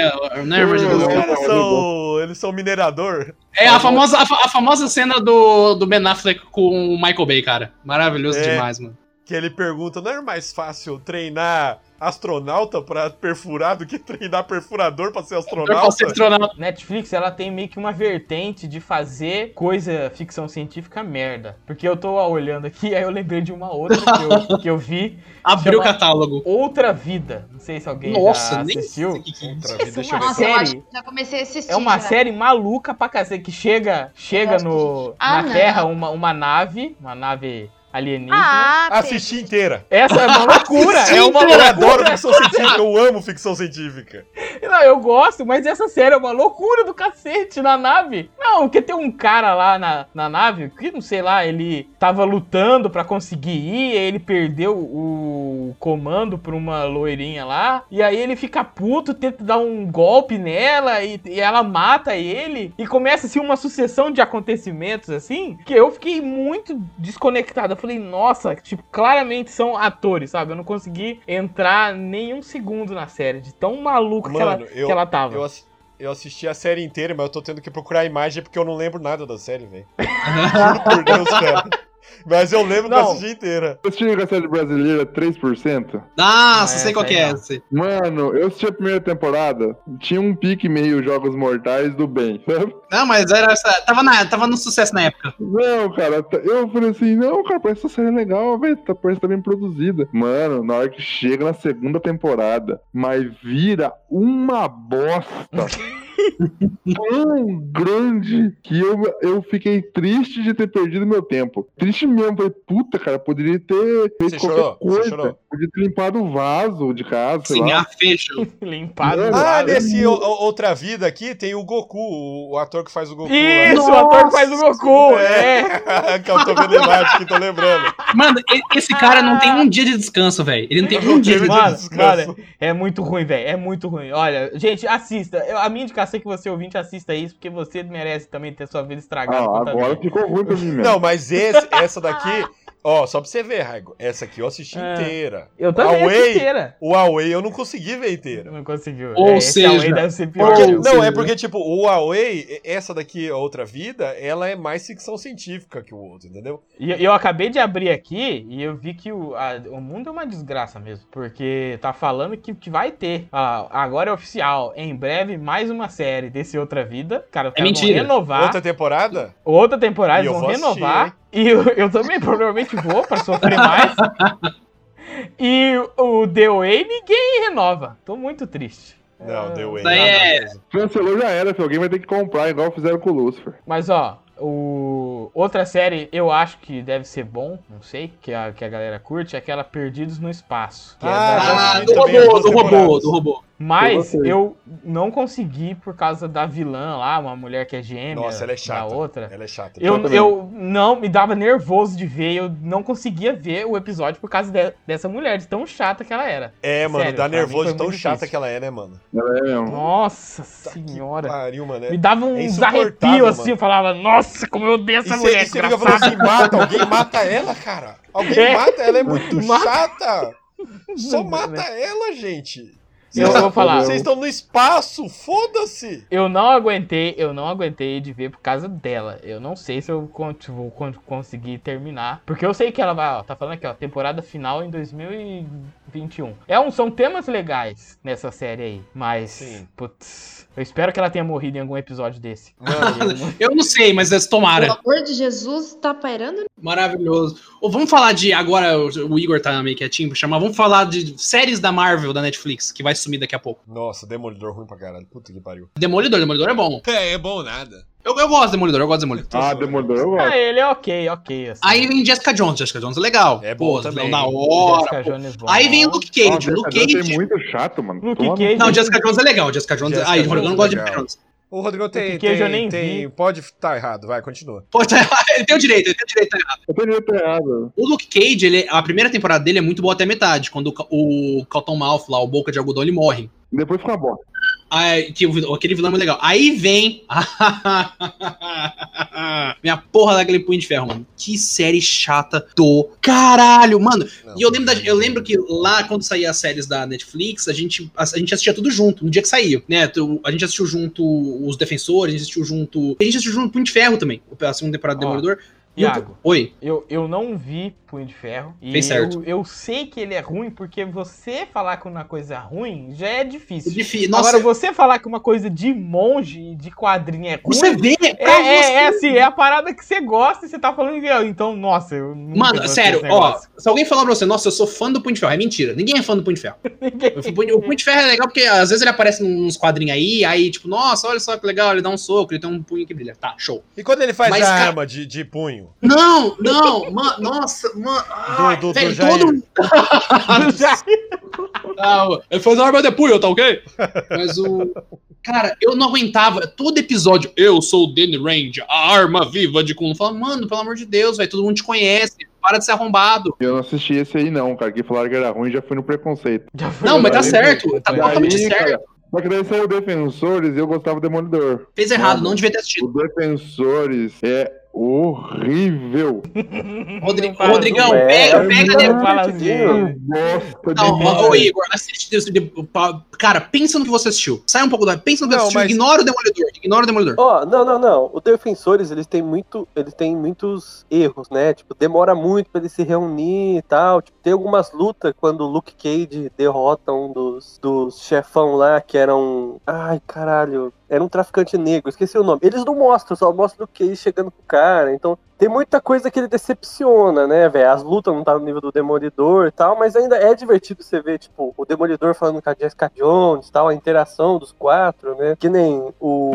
S2: Não é
S5: Os
S2: Armagedon.
S5: caras são. Eles são minerador.
S2: É a famosa, a, fa- a famosa cena do, do Ben Affleck com o Michael Bay, cara. Maravilhoso
S5: É.
S2: demais, mano.
S5: que ele pergunta: não é mais fácil treinar astronauta pra perfurar do que treinar perfurador
S1: É,
S5: pra ser astronauta?
S2: astronauta.
S1: Netflix, ela tem meio que uma vertente de fazer coisa ficção científica merda. Porque eu tô olhando aqui, aí eu lembrei de uma outra que eu, que eu vi.
S2: Abriu o
S1: Chama-
S2: catálogo.
S1: Outra Vida. Não sei se alguém já
S2: Nossa, nem sei
S1: assistiu.
S2: o que que é isso.
S5: Outra vida, deixa eu ver.
S6: Nossa,
S5: aqui.
S1: Série?
S6: eu acho que já comecei a assistir. né?
S1: É uma
S6: já.
S1: série maluca pra cacete, que chega, chega
S6: gosto
S1: no,
S6: disso. Ah,
S1: na
S6: não.
S1: Terra uma, uma nave, uma nave alienígena.
S6: Ah,
S5: Assisti
S6: Pedro.
S5: inteira.
S1: Essa é uma loucura, é uma
S5: Eu adoro
S1: loucura.
S5: ficção científica, eu amo ficção científica.
S1: Não, eu gosto, mas essa série é uma loucura do cacete na nave. Não, porque tem um cara lá na, na nave que, não sei lá, ele tava lutando pra conseguir ir, aí ele perdeu o comando pra uma loirinha lá, e aí ele fica puto, tenta dar um golpe nela, e, e ela mata ele, e começa assim uma sucessão de acontecimentos, assim, que eu fiquei muito desconectado. Eu falei, nossa, tipo, claramente são atores, sabe? Eu não consegui entrar nenhum segundo na série, de tão maluco que ela
S5: Mano, eu,
S1: que ela tava.
S5: eu, ass- eu assisti a série inteira, mas eu tô tendo que procurar a imagem porque eu não lembro nada da série, velho. Juro por Deus, cara. Mas eu lembro que eu
S1: Não.
S5: assisti inteira.
S4: Você tinha com a série brasileira 3%?
S2: Nossa,
S1: Ah,
S2: sei qual
S1: essa
S2: que
S1: aí
S2: é
S1: não.
S2: essa.
S4: Mano, eu assisti a primeira temporada, tinha um pique meio Jogos Mortais do bem, sabe?
S2: Não, mas era essa. Tava, na, tava no sucesso na época.
S4: Não, cara, tá- eu falei assim, não, cara, parece essa série é legal, velho, tá, parece que tá bem produzida. Mano, na hora que chega na segunda temporada, mas vira uma bosta. Tão grande que eu, eu fiquei triste de ter perdido meu tempo. Triste mesmo, falei, puta, cara, poderia ter feito
S5: Você
S4: qualquer
S5: chorou? Você
S4: coisa.
S5: chorou?
S4: Podia ter limpado o vaso de casa, sei
S2: Sim,
S4: lá.
S2: ah, fecho.
S1: Limpado.
S4: Mano,
S5: Ah,
S1: zoado.
S5: nesse o- o- Outra Vida aqui tem o Goku, o, o ator que faz o Goku.
S1: Isso,
S5: lá.
S1: o ator que faz o Goku, é.
S5: que eu tô vendo a imagem que tô lembrando.
S2: Mano, e- esse cara não tem um dia de descanso, velho. Ele não tem um dia de descanso.
S1: Mano,
S5: descanso.
S1: mano, é muito ruim, velho. É muito ruim. Olha, gente, assista. Eu- a minha indicação é que você ouvinte assista isso, porque você merece também ter sua vida estragada.
S4: Ah,
S1: por
S4: agora
S1: também.
S4: ficou ruim pra mim mesmo.
S5: Não, mas esse- essa daqui, ó, só pra você ver, Raigo, essa aqui eu assisti
S1: É.
S5: inteira.
S1: Eu também
S5: Away.
S1: assisti inteira.
S5: O Huawei eu não consegui ver inteira.
S1: Não conseguiu.
S2: Ou
S1: É, esse Away
S2: seja,
S1: deve ser pior.
S5: Porque-
S2: Ou
S5: não,
S2: seja-
S5: é porque, tipo, o Huawei, essa daqui, a outra vida, ela é mais ficção científica que o outro, entendeu?
S1: E e eu acabei de abrir aqui e eu vi que o, a- o mundo é uma desgraça mesmo. Porque tá falando que, que vai ter. Ah, agora é oficial. Em breve, mais uma série desse Outra Vida. Cara, os caras
S2: É
S1: vão
S2: mentira.
S1: renovar.
S5: Outra temporada?
S1: outra temporada,
S5: E eu
S1: eles vão
S5: vou assistir,
S1: renovar. e eu, eu também provavelmente vou pra sofrer mais. E o The Way ninguém renova. Tô muito triste.
S5: Não, deu
S2: Isso aí é.
S4: Cancelou já era, filho. Alguém vai ter que comprar, igual fizeram com o Lucifer.
S1: Mas ó, o... outra série eu acho que deve ser bom, não sei, que a, que a galera curte, é aquela Perdidos no Espaço. Que
S5: Ah,
S1: é da...
S5: já
S2: Ah,
S5: assisti
S2: do
S5: também as
S2: robô,
S5: duas
S2: do robô,
S5: temporadas.
S2: do robô.
S1: Mas
S4: Eu gostei.
S1: eu não consegui por causa da vilã lá, uma mulher que é gêmea.
S5: Nossa, ela é chata.
S1: Da outra.
S5: Ela é chata.
S1: Eu,
S4: também.
S1: eu não me dava nervoso de ver, eu não conseguia ver o episódio por causa de- dessa mulher, de tão chata que ela era.
S5: É, mano,
S1: Sério,
S5: dá
S1: pra mim
S5: nervoso
S1: foi
S5: de tão
S1: muito
S5: chata
S1: difícil.
S5: que ela é, né, mano?
S4: É mesmo.
S1: Nossa
S5: Tá que
S1: senhora.
S5: Pariu, mano.
S1: Me
S5: É.
S1: dava
S5: é
S1: uns
S5: insuportável,
S1: arrepios assim,
S5: mano.
S1: eu falava, nossa, como eu odeio
S5: E
S1: essa
S5: você
S1: mulher.
S5: e você fica falando assim, mata, alguém mata ela, cara. Alguém
S1: É.
S5: mata, ela é muito
S1: Mata.
S5: chata. Só
S1: desgraçada."
S5: mata ela, gente.
S1: Eu
S5: Vocês-
S1: vou falar.
S5: Vocês estão no espaço, foda-se.
S1: Eu não aguentei, eu não aguentei de ver por causa dela. Eu não sei se eu con- vou con- conseguir terminar. Porque eu sei que ela vai, ó, tá falando aqui, ó, temporada final em 2021. É um, são temas legais nessa série aí. Mas,
S5: Sim.
S1: putz, eu espero que ela tenha morrido em algum episódio desse.
S2: Eu não sei, mas esse tomara.
S6: Pelo amor de Jesus, tá pairando?
S2: Maravilhoso. Ou vamos falar de. Agora o o Igor tá meio quietinho pra chamar. Vamos falar de séries da Marvel, da Netflix, que vai sumir daqui a pouco.
S5: Nossa, Demolidor ruim pra caralho. Puta que pariu.
S2: Demolidor, Demolidor é bom.
S9: É, é bom nada.
S2: Eu, eu gosto de Demolidor, eu gosto de Demolidor.
S4: Ah, Demolidor, eu gosto.
S1: Ah, ele é ok, ok. assim.
S2: Aí vem Jessica Jones, Jessica Jones é legal.
S5: É bom
S2: Pô,
S5: também. é
S2: vilão da
S1: Jessica
S2: hora. pô.
S1: Jones bom.
S2: Aí vem Luke Cage.
S4: Nossa,
S2: Luke
S4: esse ator
S2: Cage.
S4: é muito chato, mano.
S1: Luke
S4: Toma.
S1: Cage.
S2: Não, Jessica Jones é legal. Jessica Jones.
S5: Jessica
S2: Aí, Rodrigo, eu
S5: Jones é
S2: não gosto de
S5: legal.
S2: Jessica Jones.
S5: O Rodrigo tem.
S1: Porque É que eu já
S5: tem-
S1: nem
S5: tem-
S1: vi.
S5: Pode estar errado, vai, continua.
S2: Pô, tá errado, ele tem o direito, ele tem o direito. né?
S4: Eu teria ter errado.
S2: O Luke Cage, ele, a primeira temporada dele é muito boa até a metade, quando o, Ca- o Cotton Mouth lá, o Boca de Algodão, ele morre.
S4: Depois ficou uma bosta.
S2: Aí, que, o- aquele vilão é muito legal. Aí vem. Minha porra daquele punho de ferro, mano. Que série chata do caralho, mano.
S5: Não.
S2: E eu lembro, da- eu lembro que lá, quando saía as séries da Netflix, a gente, a, a gente assistia tudo junto, no dia que saiu, né? Tu- A gente assistiu junto Os Defensores, a gente assistiu junto. A gente assistiu junto Punho de Ferro também, a segunda temporada do
S1: Ó.
S2: Demolidor.
S1: Iago,
S2: Oi.
S1: eu, eu não vi Punho de Ferro. E
S2: Fez certo.
S1: Eu, eu sei que ele é ruim, porque você falar que uma coisa é ruim já é difícil.
S2: Difí- Nossa,
S1: Agora, você falar que uma coisa de monge, de quadrinho é ruim.
S2: você vê,
S1: É,
S2: cara,
S1: é,
S2: você-
S1: é assim, é a parada que você gosta e você tá falando que. Então, nossa, eu nunca
S2: Mano,
S1: gostei
S2: sério,
S1: desse
S2: ó,
S1: negócio.
S2: se alguém falar pra você, nossa, eu sou fã do Punho de Ferro, é mentira. Ninguém é fã do Punho de Ferro. O Punho, o Punho de Ferro é legal porque às vezes ele aparece nos quadrinhos aí, aí tipo, nossa, olha só que legal, ele dá um soco, ele tem um punho que brilha. Tá, show.
S5: E quando ele faz
S2: Mas,
S5: a
S2: cara-
S5: arma de, de punho?
S2: Não, não, mano, nossa, mano. ai,
S5: Do- do- do
S2: velho,
S5: Jair.
S2: todo-
S1: Já-
S2: Ah, ele faz a arma de punho, tá ok? Mas o. Cara, eu não aguentava. Todo episódio, eu sou o Danny Range, a arma viva de Kun. Fala, mano, pelo amor de Deus, velho, todo mundo te conhece, para de ser arrombado.
S4: Eu não assisti esse aí, não, cara. Que falaram que era ruim já foi no preconceito.
S1: já foi
S2: Não, mas tá
S1: legal.
S2: certo, tá totalmente
S4: Aí,
S2: certo.
S4: cara, Só que daí saiu o Defensores e eu gostava do Demolidor.
S2: Fez errado, não devia ter assistido.
S4: O Defensores é horrível.
S2: Rodrigo,
S1: fala,
S2: Rodrigão,
S7: não é,
S2: pega,
S7: é
S2: pega,
S7: muito
S2: né?
S1: Não fala assim.
S7: Não,
S4: Bosta
S2: Não,
S4: de.
S2: ô, ô, Igor, assiste. de- de- pa- Cara, pensa no que você assistiu. Sai um pouco da. Pensa no que
S5: Não,
S2: você assistiu.
S5: mas-
S2: Ignora o Demolidor. Ignora o Demolidor.
S7: Ó, não, não, não. O Defensores, eles têm muito, eles têm muitos erros, né? Tipo, demora muito pra eles se reunir e tal. Tipo, tem algumas lutas quando o Luke Cage derrota um dos, dos chefão lá, que era um... Ai, caralho. Era um traficante negro, esqueci o nome. Eles não mostram, só mostram o Luke Cage chegando com o cara. Então, tem muita coisa que ele decepciona, né, velho? As lutas não tá no nível do Demolidor e tal, mas ainda é divertido você ver, tipo, o Demolidor falando com a Jessica Jones e tal, a interação dos quatro, né? Que nem o...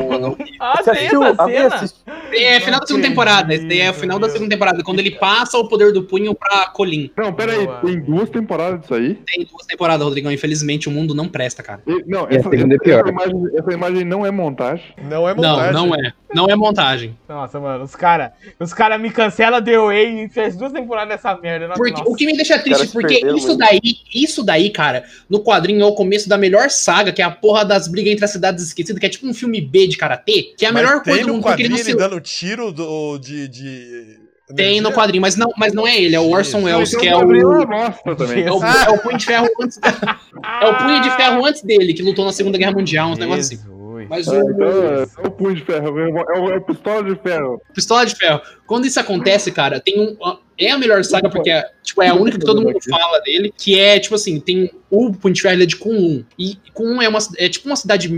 S1: Ah,
S7: Você
S1: tem
S7: assistiu?
S1: essa
S7: Alguém
S1: cena?
S7: assistiu?
S2: É, final da segunda
S1: Entendi,
S2: temporada. Esse daí é o final da
S1: meu
S2: segunda temporada. Quando ele passa o poder do punho pra Colin.
S4: Não, pera aí.
S1: Boa.
S4: Tem duas temporadas disso aí?
S2: Tem duas temporadas, Rodrigão. Infelizmente, o mundo não presta, cara.
S4: E- Não,
S8: E a
S4: essa,
S8: segunda é
S4: essa-
S8: pior.
S4: essa imagem, essa imagem não é montagem.
S5: Não é
S2: Não,
S5: montagem.
S2: não é. Não é montagem.
S1: Nossa, mano, os caras os cara me cancela The Way e fez duas temporadas dessa merda. Nossa,
S2: Porque,
S1: nossa.
S2: o que me deixa triste, é
S7: se
S2: porque
S7: perderam
S2: isso
S7: muito.
S2: daí, isso daí, cara, no quadrinho é o começo da melhor saga, que é a porra das brigas entre as cidades esquecidas, que é tipo um filme B de karatê, que é a
S5: Mas
S2: melhor
S5: tem
S2: coisa do
S5: no
S2: mundo, porque ele não
S5: quadrinho
S2: se
S5: ele dando tiro do, de, de.
S2: Tem no
S5: energia?
S2: quadrinho, mas não, mas não é ele, é o Orson
S5: Jesus. tá
S2: Welles,
S4: Então,
S2: que é
S4: Gabriel
S2: o.
S4: é bosta também.
S2: É o, é o punho de ferro antes. É o punho de ferro antes dele, que lutou na Segunda Guerra Mundial, uns negócios assim.
S1: Ah! Jesus.
S2: Mas
S4: Ah, então,
S2: o
S4: é, é o punho de ferro, é o, é o- é o pistola de ferro.
S2: Pistola de Ferro, quando isso acontece, cara, tem um. É a melhor saga, porque é, tipo, é a única que todo mundo fala dele, que é, tipo assim, tem o Punho de Ferro ele é de Kunlun. E Kunlun é, uma, é tipo uma cidade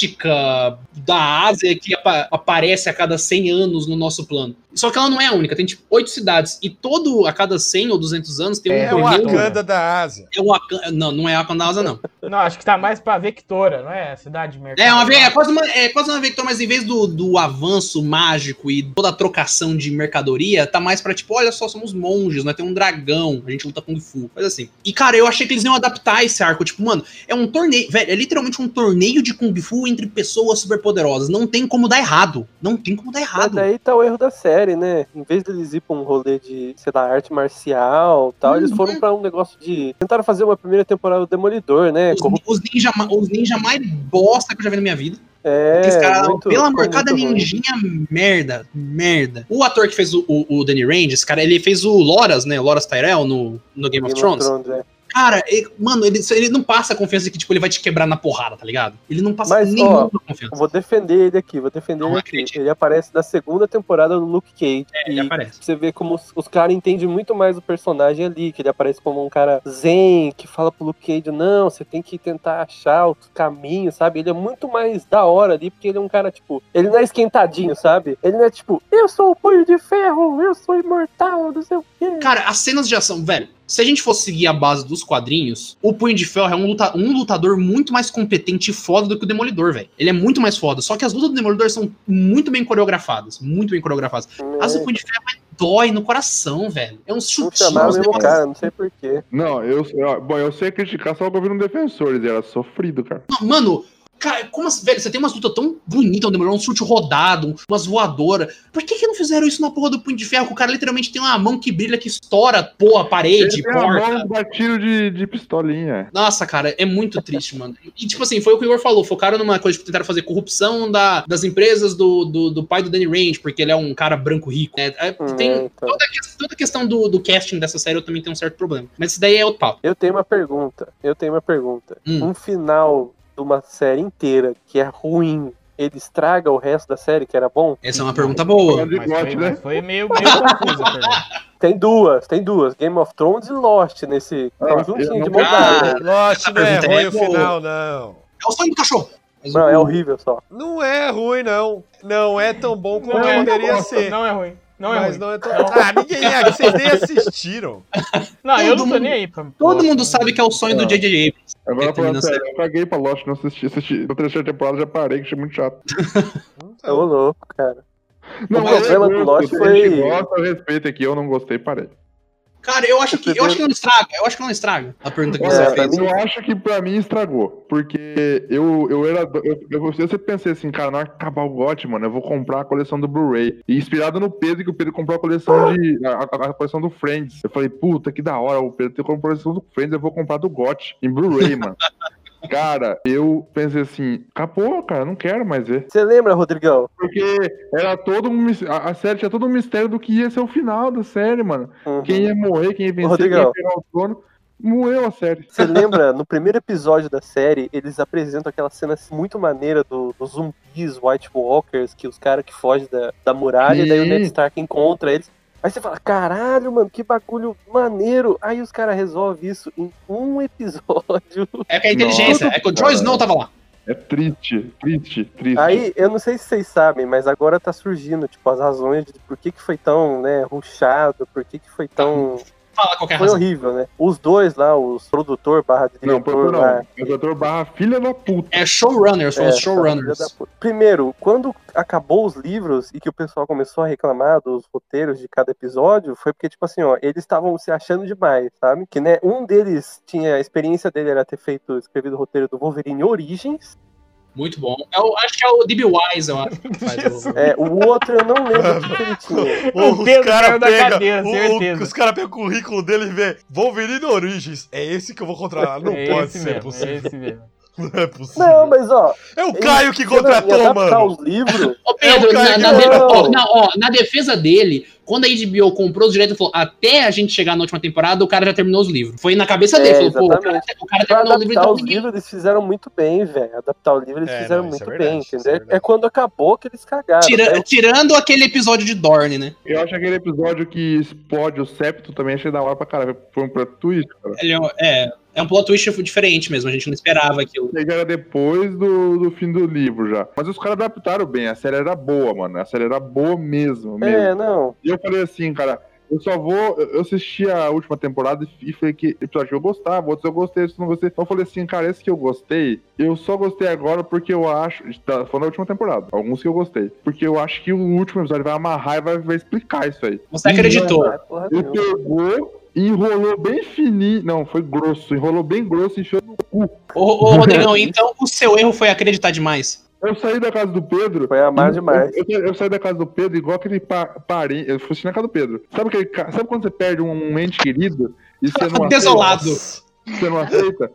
S2: mística da Ásia que apa- aparece a cada 100 anos no nosso plano. Só que ela não é a única, tem tipo oito cidades. E todo, a cada 100 ou 200 anos, tem um
S5: É o
S2: torneio-
S5: Wakanda da Ásia.
S2: É o Wakanda. Não, não é a Wakanda Asa, não.
S1: Não, acho que tá mais pra Vectora, não é? Cidade Mercado.
S2: É, uma, ve- é, quase uma, é quase uma Vector, mas em vez do, do avanço mágico e toda a trocação de mercadoria, tá mais pra tipo, olha só, somos monges, nós temos um dragão, a gente luta Kung Fu, coisa assim. E cara, eu achei que eles iam adaptar esse arco, tipo, mano, é um torneio, velho, é literalmente um torneio de Kung Fu entre pessoas superpoderosas, não tem como dar errado, não tem como dar
S7: Mas
S2: errado.
S7: daí tá o erro da série, né? Em vez deles ir pra um rolê de, sei lá, arte marcial tal, eles
S2: Uhum.
S7: foram pra um negócio de. Tentaram fazer uma primeira temporada do Demolidor, né?
S2: Os,
S7: Como
S2: os ninja, ma- os ninja mais bosta que eu já vi na minha vida.
S7: é.
S2: Esse cara,
S7: muito-
S2: pelo
S7: ficou
S2: amor, cada
S7: muito ruim.
S2: ninjinha merda, merda. O ator que fez o, o, o Danny Range, esse cara, ele fez o Loras, né? O Loras Tyrell no, no Game, of
S7: Game
S2: Thrones.
S7: é.
S2: Cara, ele- mano, ele, ele não passa a confiança de que, tipo, ele vai te quebrar na porrada, tá ligado? Ele não passa
S7: Mas,
S2: nenhuma
S7: ó,
S2: confiança.
S7: Vou defender ele aqui, vou defender
S2: Não
S7: ele
S2: acredito. É,
S7: aqui. Ele aparece na segunda temporada do Luke Cage.
S2: Ele
S7: e
S2: aparece.
S7: você vê como os, os caras entendem muito mais o personagem ali, que ele aparece como um cara zen, que fala pro Luke Cage, não, você tem que tentar achar o caminho, sabe? Ele é muito mais da hora ali, porque ele é um cara, tipo, ele não é esquentadinho, sabe? Ele não é tipo, eu sou o punho de ferro, eu sou imortal, não sei o quê.
S2: Cara, as cenas de ação, velho, se a gente fosse seguir a base dos quadrinhos, o Punho de Ferro é um, luta, um lutador muito mais competente e foda do que o Demolidor, velho. Ele é muito mais foda. Só que as lutas do Demolidor são muito bem coreografadas. Muito bem coreografadas. As do Punho de Ferro é, dói no coração, velho. É uns
S7: Não
S2: chutinhos.
S7: chamaram o
S2: uns
S7: mesmo
S2: negócios-
S7: cara, não sei porquê.
S4: Não, eu, ó, bom, eu sei criticar só que eu vi no Defensores, era sofrido, cara.
S2: Não, Mano, cara, como assim, velho, você tem umas lutas tão bonitas, um demorou um chute rodado, umas voadoras. Por que que não fizeram isso na porra do Punho de Ferro? Que o cara literalmente tem uma mão que brilha, que estoura, porra, parede,
S4: Ele tem a
S2: porta.
S4: mão pra tiro de, de pistolinha.
S2: Nossa, cara, é muito triste, mano. E, tipo assim, foi o que o Igor falou. Focaram numa coisa, tipo, tentaram fazer corrupção da, das empresas do, do, do pai do Danny Range, porque ele é um cara branco rico, né? É,
S7: Hum,
S2: tem
S7: então.
S2: toda a, ques- toda a questão do, do casting dessa série, eu também tenho um certo problema. Mas isso daí é outro papo.
S7: Eu tenho uma pergunta. Eu tenho uma pergunta.
S2: Hum.
S7: Um final de uma série inteira que é ruim, ele estraga o resto da série, que era bom?
S2: Essa é uma pergunta boa.
S4: de
S1: Mas
S4: gote,
S1: foi,
S4: né?
S1: mas foi meio, meio confusa a pergunta.
S7: Tem duas, tem duas. Game of Thrones e Lost nesse.
S4: Ah,
S7: tem juntinho
S4: eu
S7: de
S4: não-
S7: montagem.
S5: Lost não é
S2: pergunta é
S5: ruim o
S2: boa.
S5: final, não.
S2: É o sonho do cachorro. Mas
S7: Não,
S2: o-
S7: é horrível só.
S5: Não é ruim, não. Não é tão bom quanto
S1: Não é,
S5: poderia ser.
S1: Não é ruim. Não é
S5: mas
S1: ruim.
S5: não é tão. Ah, ninguém é. Vocês nem assistiram.
S1: Não, eu não
S2: Todo
S1: tô
S2: mundo-
S1: nem aí pra.
S2: Todo mundo sabe que é o sonho do
S4: Ah.
S2: J.J. Abrams.
S4: Agora
S2: Termina
S4: pra
S2: a série.
S4: sério, eu paguei pra Lost, não assisti, assisti. Na terceira temporada já parei, que achei muito chato.
S7: É ô louco, cara.
S4: Não,
S7: problema
S4: eu-
S7: do
S4: eu-
S7: Lost
S4: eu-
S7: foi-
S4: eu gosto, eu respeito aqui, eu não gostei, parei.
S2: Cara, eu acho que eu acho que não estraga. Eu acho que não estraga a pergunta que
S4: Olha,
S2: você
S7: É, pra
S2: fez.
S7: mim-
S4: eu acho que pra mim estragou, porque eu, eu era. do- Eu, eu, eu sempre pensei assim, cara, na hora que acabar o GOT, mano, eu vou comprar a coleção do Blu-ray. E inspirado no Pedro, que o Pedro comprou a coleção de. A, a- a coleção do Friends. Eu falei, puta, que da hora, o Pedro tem comprou a coleção do Friends, eu vou comprar do GOT em Blu-ray, mano. Cara, eu pensei assim, acabou, cara, não quero mais ver.
S7: Você lembra, Rodrigão?
S4: Porque era todo um. mis- A, a série tinha todo um mistério do que ia ser o final da série, mano.
S7: Uhum.
S4: Quem ia morrer, quem ia vencer,
S7: Rodrigão.
S4: quem ia pegar o trono. Morreu a série.
S7: Você lembra, no primeiro episódio da série, eles apresentam aquela cena assim, muito maneira do- dos zumbis, White Walkers, que os caras que fogem da, da muralha, e daí o
S4: Sim.
S7: Ned Stark encontra eles. Aí você fala, caralho, mano, que bagulho maneiro. Aí os caras resolvem isso em um episódio.
S2: É que a inteligência.
S4: Nossa,
S2: É que o Joy
S4: cara.
S2: Snow tava lá.
S4: É triste, triste, triste.
S7: Aí, eu não sei se vocês sabem, mas agora tá surgindo, tipo, as razões de por que que foi tão, né, ruchado, por que que foi tão...
S2: Fala qualquer
S7: Foi
S2: razão.
S7: horrível, né? Os dois lá, os produtor barra diretor
S4: não, produtor
S7: lá,
S4: não. Produtor barra filha da puta.
S2: É showrunners, são
S7: É,
S2: os
S7: filha da
S2: showrunners.
S7: puta. Primeiro, quando acabou os livros e que o pessoal começou a reclamar dos roteiros de cada episódio, foi porque, tipo assim, ó, eles estavam se achando demais, sabe? Que, né, um deles tinha, a experiência dele era ter feito, escrevido o roteiro do Wolverine Origins,
S2: Muito bom. É o- acho que é o D.B. Wise, eu acho. que faz o-
S7: é, o outro eu não lembro o que que ele tinha.
S5: Ou
S1: O Pedro
S5: cara
S1: caiu da
S5: pega-
S1: cadeira, certeza.
S5: os caras pegam o currículo dele e vê Wolverine Origins. É esse que eu vou contratar. Não
S1: É
S5: pode
S1: esse
S5: ser
S1: mesmo,
S5: possível.
S1: É esse mesmo.
S5: Não é possível.
S7: Não, mas, ó,
S5: É o
S7: ele-
S5: Caio que
S7: você não ia
S5: contratou,
S7: adaptar
S5: mano.
S7: os livros,
S2: Ô,
S5: É
S2: Pedro,
S5: o cara
S2: na,
S5: que
S2: na,
S7: não-
S2: de- ó, na- ó, na defesa dele, quando a HBO comprou os direitos, falou: até a gente chegar na última temporada, o cara já terminou os livros. Foi na cabeça
S7: É,
S2: dele. falou, Pô, o cara,
S7: exatamente.
S2: o cara
S7: pra
S2: terminou o livro,
S7: adaptar
S2: então
S7: os
S2: ninguém.
S7: livros, eles fizeram muito bem, velho. Adaptar o livro, eles
S5: É,
S7: fizeram
S5: não, isso
S7: muito
S5: é
S7: bem,
S5: verdade, isso é
S7: entendeu?
S5: verdade.
S7: é quando acabou que eles cagaram. né?
S2: Tira-
S7: Aí eu
S2: tirando aquele episódio de Dorne, né?
S4: Eu acho aquele episódio que explode o septo também, achei da hora pra caralho. Foi um pra twist, cara.
S2: Ele é um- é, é um plot twist diferente mesmo, a gente não esperava aquilo.
S4: Isso aí já era depois do, do fim do livro já. Mas os caras adaptaram bem, a série era boa, mano. A série era boa mesmo, mesmo.
S7: É, não.
S4: E eu falei assim, cara, eu só vou. Eu eu assisti a última temporada e- e falei que episódio que eu gostava, outros eu gostei, outros não gostei. Então eu falei assim, cara, esse que eu gostei, eu só gostei agora porque eu acho. Tá, falando da última temporada, alguns que eu gostei. Porque eu acho que o último episódio vai amarrar e vai, vai explicar isso aí.
S2: Você acreditou.
S7: Ah, porra
S4: Ele
S7: nenhuma.
S4: pegou. e Enrolou bem fininho. Não, foi grosso. Enrolou bem grosso, enfiou no cu.
S2: Ô, ô, Rodrigão, então o seu erro foi acreditar demais.
S4: Eu saí da casa do Pedro.
S7: Foi amar demais.
S4: Eu, eu- eu saí da casa do Pedro igual aquele pa, parente. Eu fui assistir na casa do Pedro. Sabe, aquele, ca- sabe quando você perde um ente querido e você não aceita?
S2: Desolado.
S4: Você não aceita?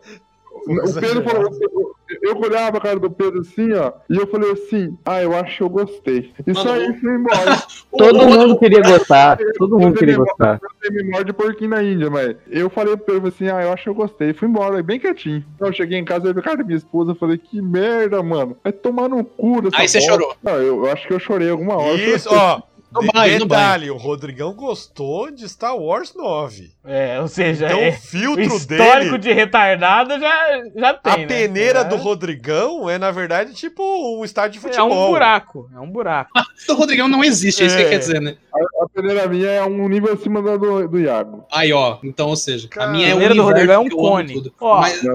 S4: o Pedro falou. assim, eu- Eu olhava a cara do Pedro assim, ó, e eu falei assim: ah, eu acho que eu gostei. E
S2: Mano,
S4: saí e fui embora.
S8: Todo
S2: Ô, ô,
S8: mundo queria gostar. Todo mundo queria gostar.
S4: Eu tenho memória de porquinho na Índia, mas eu falei pro Pedro assim: ah, eu acho que eu gostei. E fui embora, aí bem quietinho. Então eu cheguei em casa, eu vi a cara da minha esposa, eu falei: que merda, mano. Vai tomar no cu dessa
S2: Aí você
S4: bosta."
S2: chorou.
S4: Não, eu, eu acho que eu chorei alguma hora.
S5: Isso, ó.
S2: No
S5: de-
S2: banho, no
S5: detalhe, o Rodrigão gostou de Star Wars 9.
S1: É, ou seja,
S5: Então
S1: é- o
S5: o filtro
S1: histórico
S5: dele,
S1: de retardado já, já tem.
S5: a
S1: né?
S5: peneira
S1: Já-
S5: do Rodrigão é, na verdade, tipo um estádio de
S1: É
S5: futebol.
S1: um buraco, é um buraco.
S2: O Rodrigão não existe, é isso que
S5: É.
S2: quer dizer, né?
S4: A peneira minha é um nível acima da do, do Iago.
S2: Aí, ó. Então, ou seja,
S5: Cara,
S2: a minha
S1: a
S2: é
S1: peneira do Rodrigão é um
S2: que eu amo
S1: cone.
S2: tudo.
S1: Ó.
S2: Mas,
S4: Sua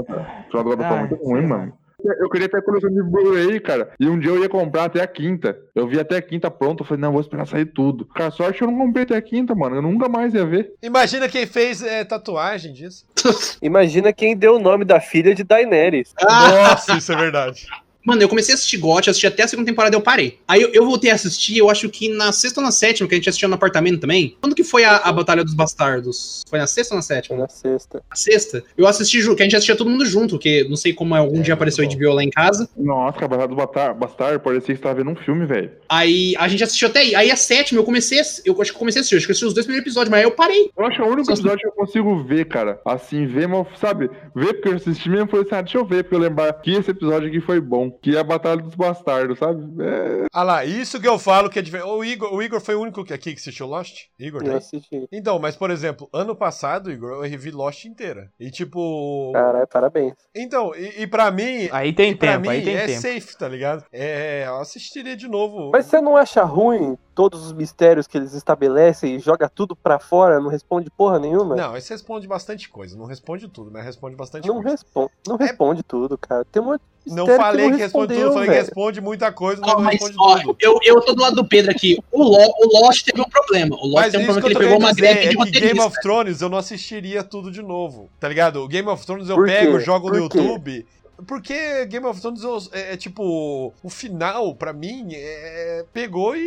S4: droga tá
S5: Ah,
S1: Ai,
S4: muito
S1: sei
S4: ruim,
S5: né?
S1: lá.
S4: mano. Eu queria ter a coleção de Blu-ray, cara. E um dia eu ia comprar até a quinta. Eu vi até a quinta pronto. Eu falei, não, vou esperar sair tudo. Cara, sorte que eu não comprei até a quinta, mano. Eu nunca mais ia ver.
S5: Imagina quem fez é, tatuagem disso.
S7: Imagina quem deu o nome da filha de Daenerys.
S5: Nossa, isso é verdade.
S2: mano, eu comecei a assistir GOT, assisti até a segunda temporada e eu parei. Aí eu, eu voltei a assistir, eu acho que na sexta ou na sétima, que a gente assistiu no apartamento também. Quando que foi a, a Batalha dos Bastardos? Foi na sexta ou na
S7: Foi
S2: sétima?
S7: na sexta.
S2: Na sexta. Eu assisti junto, que a gente assistia todo mundo junto, porque não sei como algum
S5: É,
S2: dia apareceu o
S5: muito
S2: HBO lá em casa.
S4: Nossa, Cabalado Bastardo, parecia que você tava vendo um filme, velho.
S2: Aí a gente assistiu até aí. Aí a sétima eu comecei. a- Eu acho que eu comecei a assistir. Acho que eu assisti os dois primeiros episódios, mas aí eu parei.
S4: Eu acho que é o único
S2: Vocês-
S4: episódio que eu consigo ver, cara. Assim, ver, mas, sabe? Ver porque eu assisti mesmo. Falei assim, ah, deixa eu ver, porque eu lembrar que esse episódio aqui foi bom. que é a Batalha dos Bastardos, sabe? É,
S5: Ah lá, isso que eu falo que é diferente. O Igor, o Igor foi o único que aqui que assistiu Lost? Igor,
S7: Eu
S5: né?
S7: assisti.
S5: Então, mas por exemplo, ano passado, Igor, eu revi Lost inteira. E tipo.
S7: Caralho, parabéns.
S5: Então, e, e pra mim.
S1: Aí tem
S5: e pra
S1: tempo,
S5: mim
S1: aí tem
S5: é
S1: tempo.
S5: safe, tá ligado? É, eu assistiria de novo.
S7: Mas você não acha ruim todos os mistérios que eles estabelecem e joga tudo pra fora, não responde porra nenhuma?
S5: Não, isso responde bastante coisa. Não responde tudo, mas responde bastante
S7: Não,
S5: coisa.
S7: responde, não responde tudo, cara. Tem um monte de
S5: É Não
S7: mistério
S5: falei que,
S7: não
S5: responde
S7: respondeu,
S5: tudo, falei que
S7: velho.
S5: responde muita coisa, mas
S2: Ó,
S5: não
S2: mas
S5: responde
S2: ó,
S5: tudo.
S2: eu, eu tô do lado do Pedro aqui. O, Lo- o Lost teve um problema. O Lost
S5: Mas
S2: teve um
S5: isso que
S2: problema que
S5: eu
S2: ele
S5: tô
S2: pegou
S5: querendo
S2: uma
S5: dizer
S2: greve
S5: é
S2: de
S5: que Game
S2: roteirista. né?
S5: of Thrones eu não assistiria tudo de novo, tá ligado? O Game of Thrones eu
S7: Por quê?
S5: pego, jogo no
S7: Por quê?
S5: YouTube. Porque Game of Thrones eu- é, é tipo. O final, pra mim, é, pegou e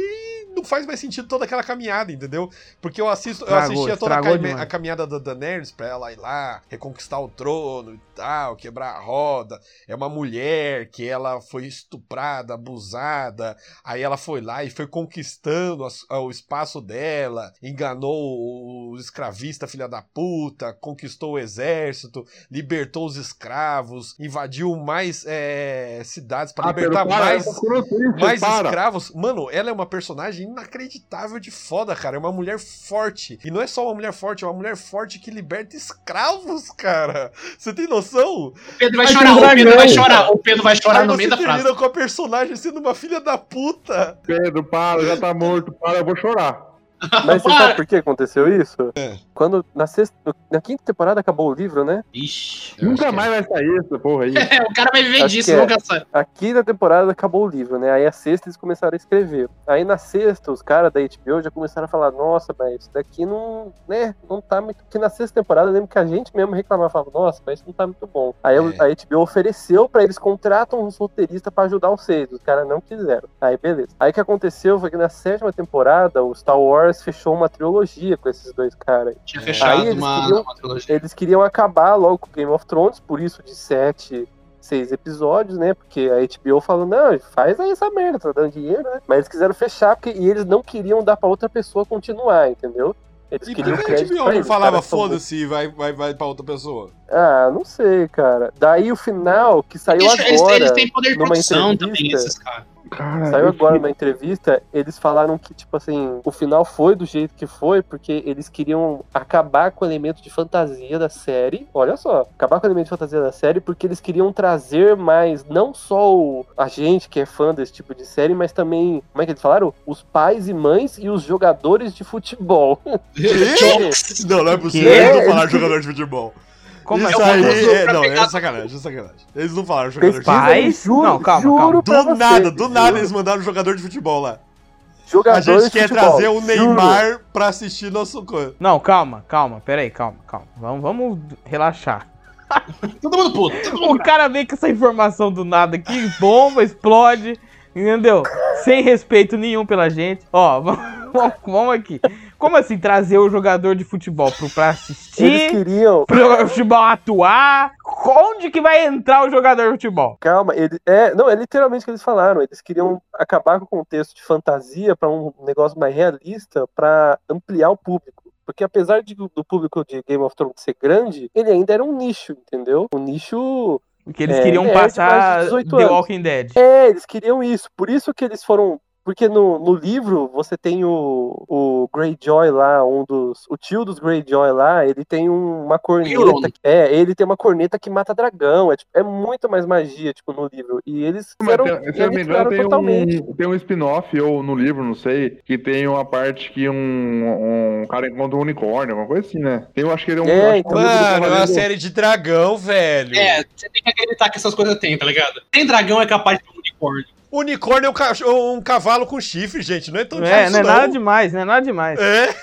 S5: não faz mais sentido toda aquela caminhada, entendeu? Porque eu assisto, eu
S1: Estragou,
S5: assistia toda a,
S1: estragou
S5: caime-
S1: demais.
S5: a caminhada da Daenerys pra ela ir lá, reconquistar o trono e tal, quebrar a roda. É uma mulher que ela foi estuprada, abusada, Aí ela foi lá e foi conquistando as- ah, o espaço dela, enganou o escravista filha da puta, conquistou o exército, libertou os escravos, invadiu mais é, cidades pra
S4: Ah, Pedro,
S5: libertar
S4: para,
S5: mais,
S4: eu tô ficando triste,
S5: mais
S4: para.
S5: escravos. Mano, ela é uma personagem inacreditável de foda, cara. É uma mulher forte. E não é só uma mulher forte, é uma mulher forte que liberta escravos, cara. Você tem noção?
S2: O Pedro vai
S4: Mas
S2: chorar,
S4: tem
S2: o Pedro vai
S4: dragão.
S2: chorar, o Pedro vai chorar
S5: Aí
S2: no meio
S5: você
S2: da frase.
S5: termina com a personagem sendo uma filha da puta.
S4: Pedro, para, já tá morto, para, eu vou chorar.
S7: Mas você
S2: Para.
S7: sabe por que aconteceu isso? Quando na, sexta, na quinta temporada acabou o livro, né?
S2: Ixi.
S4: Nunca mais
S7: é.
S4: vai sair essa porra aí.
S2: É, o cara vai viver
S7: Acho
S2: disso,
S7: que é.
S2: nunca sai.
S7: A quinta temporada acabou o livro, né? Aí a sexta eles começaram a escrever. Aí na sexta os caras da HBO já começaram a falar: Nossa, velho, isso daqui não, né, não tá muito. Porque na sexta temporada eu lembro que a gente mesmo reclamava: falava, Nossa, mas isso não tá muito bom. Aí
S5: É.
S7: a HBO ofereceu pra eles contratam uns roteiristas pra ajudar vocês. Os caras não quiseram. Aí beleza. Aí o que aconteceu foi que na sétima temporada o Star Wars fechou uma trilogia com esses dois caras.
S2: Tinha
S7: Aí
S2: fechado
S7: É, eles
S2: uma,
S7: queriam-
S2: uma trilogia.
S7: Eles queriam acabar logo com Game of Thrones, por isso de sete, seis episódios, né? Porque a HBO falou, não, faz aí essa merda, tá dando dinheiro, né? Mas eles quiseram fechar porque, e eles não queriam dar pra outra pessoa continuar, entendeu? Eles
S5: E por que
S7: queriam
S5: a
S7: crédito
S5: HBO
S7: pra
S5: não
S7: eles,
S5: falava
S7: cara, são muito-
S5: foda-se e vai, vai, vai pra outra pessoa?
S7: Ah, não sei, cara. Daí o final, que saiu
S2: Eles, eles-
S7: agora...
S2: eles têm poder de
S7: numa
S2: produção também,
S7: entrevista.
S2: esses caras.
S4: Cara,
S7: Saiu
S4: É, eu
S7: agora na entrevista, eles falaram que, tipo assim, o final foi do jeito que foi, porque eles queriam acabar com o elemento de fantasia da série. Olha só, acabar com o elemento de fantasia da série, porque eles queriam trazer mais, não só o- a gente que é fã desse tipo de série, mas também, como é que eles falaram? Os pais e mães e os jogadores de futebol.
S5: Não, não é possível.
S1: Quê?
S5: Eles não falaram jogador de futebol.
S1: Como
S5: Isso
S1: assim?
S5: aí,
S2: vou-
S5: é,
S2: pra
S5: não,
S2: pegar-
S5: é sacanagem, é sacanagem. Eles não falaram jogador de
S7: Pesquisa
S5: futebol.
S7: aí,
S1: Pais? Não, calma,
S7: juro
S1: calma.
S7: pra
S5: Do
S7: você,
S5: nada, do nada
S7: juro.
S5: eles mandaram um jogador de futebol lá. A
S7: Jogadores
S5: gente
S7: de
S5: quer
S7: futebol,
S5: trazer o
S7: juro.
S5: Neymar pra assistir nosso coisa.
S1: Não, calma, calma, peraí, calma, calma. Vamos, vamos relaxar.
S2: Todo mundo puto. Todo
S1: O
S2: mundo...
S1: cara vem com essa informação do nada aqui, bomba, explode, entendeu? Sem respeito nenhum pela gente. Ó, vamos, vamos- vamos aqui. Como assim trazer o jogador de futebol pro, pra
S7: Eles
S1: assistir,
S7: queriam
S1: pro futebol atuar? Onde que vai entrar o jogador de futebol?
S7: Calma, ele, é, não, é literalmente o que eles falaram. Eles queriam acabar com o contexto de fantasia para um negócio mais realista, para ampliar o público. Porque apesar de- do público de Game of Thrones ser grande, ele ainda era um nicho, entendeu? Um nicho.
S1: Porque eles
S7: É,
S1: queriam
S7: é, mais
S1: passar
S7: de 18
S1: The
S7: anos.
S1: Walking Dead.
S7: É, eles queriam isso. Por isso que eles foram. Porque no, no livro você tem o, o Greyjoy lá, um dos. O tio dos Greyjoy lá, ele tem um- uma
S2: Euron.
S7: corneta. que- é, ele tem uma corneta que mata dragão. É, tipo, é muito mais magia, tipo, no livro. E eles
S4: Mas,
S7: fizeram.
S4: se eu não me
S7: eles
S4: engano,
S7: tiraram
S4: tem
S7: totalmente.
S4: um, tem um spin-off, ou no livro, não sei, que tem uma parte que um, um cara encontra um unicórnio, uma coisa assim, né? Eu acho que ele é um.
S7: É,
S4: acho que
S7: então.
S4: um
S5: Mano, é uma
S4: cavaleiro-
S5: série de dragão, velho.
S2: É, você tem que acreditar que essas coisas tem, tá ligado? Tem dragão é capaz de ter um unicórnio.
S5: Unicórnio é um, cachorro- um cavalo com chifre, gente. Não é tão
S1: É, não é
S5: não.
S1: nada demais, não é nada demais.
S5: É,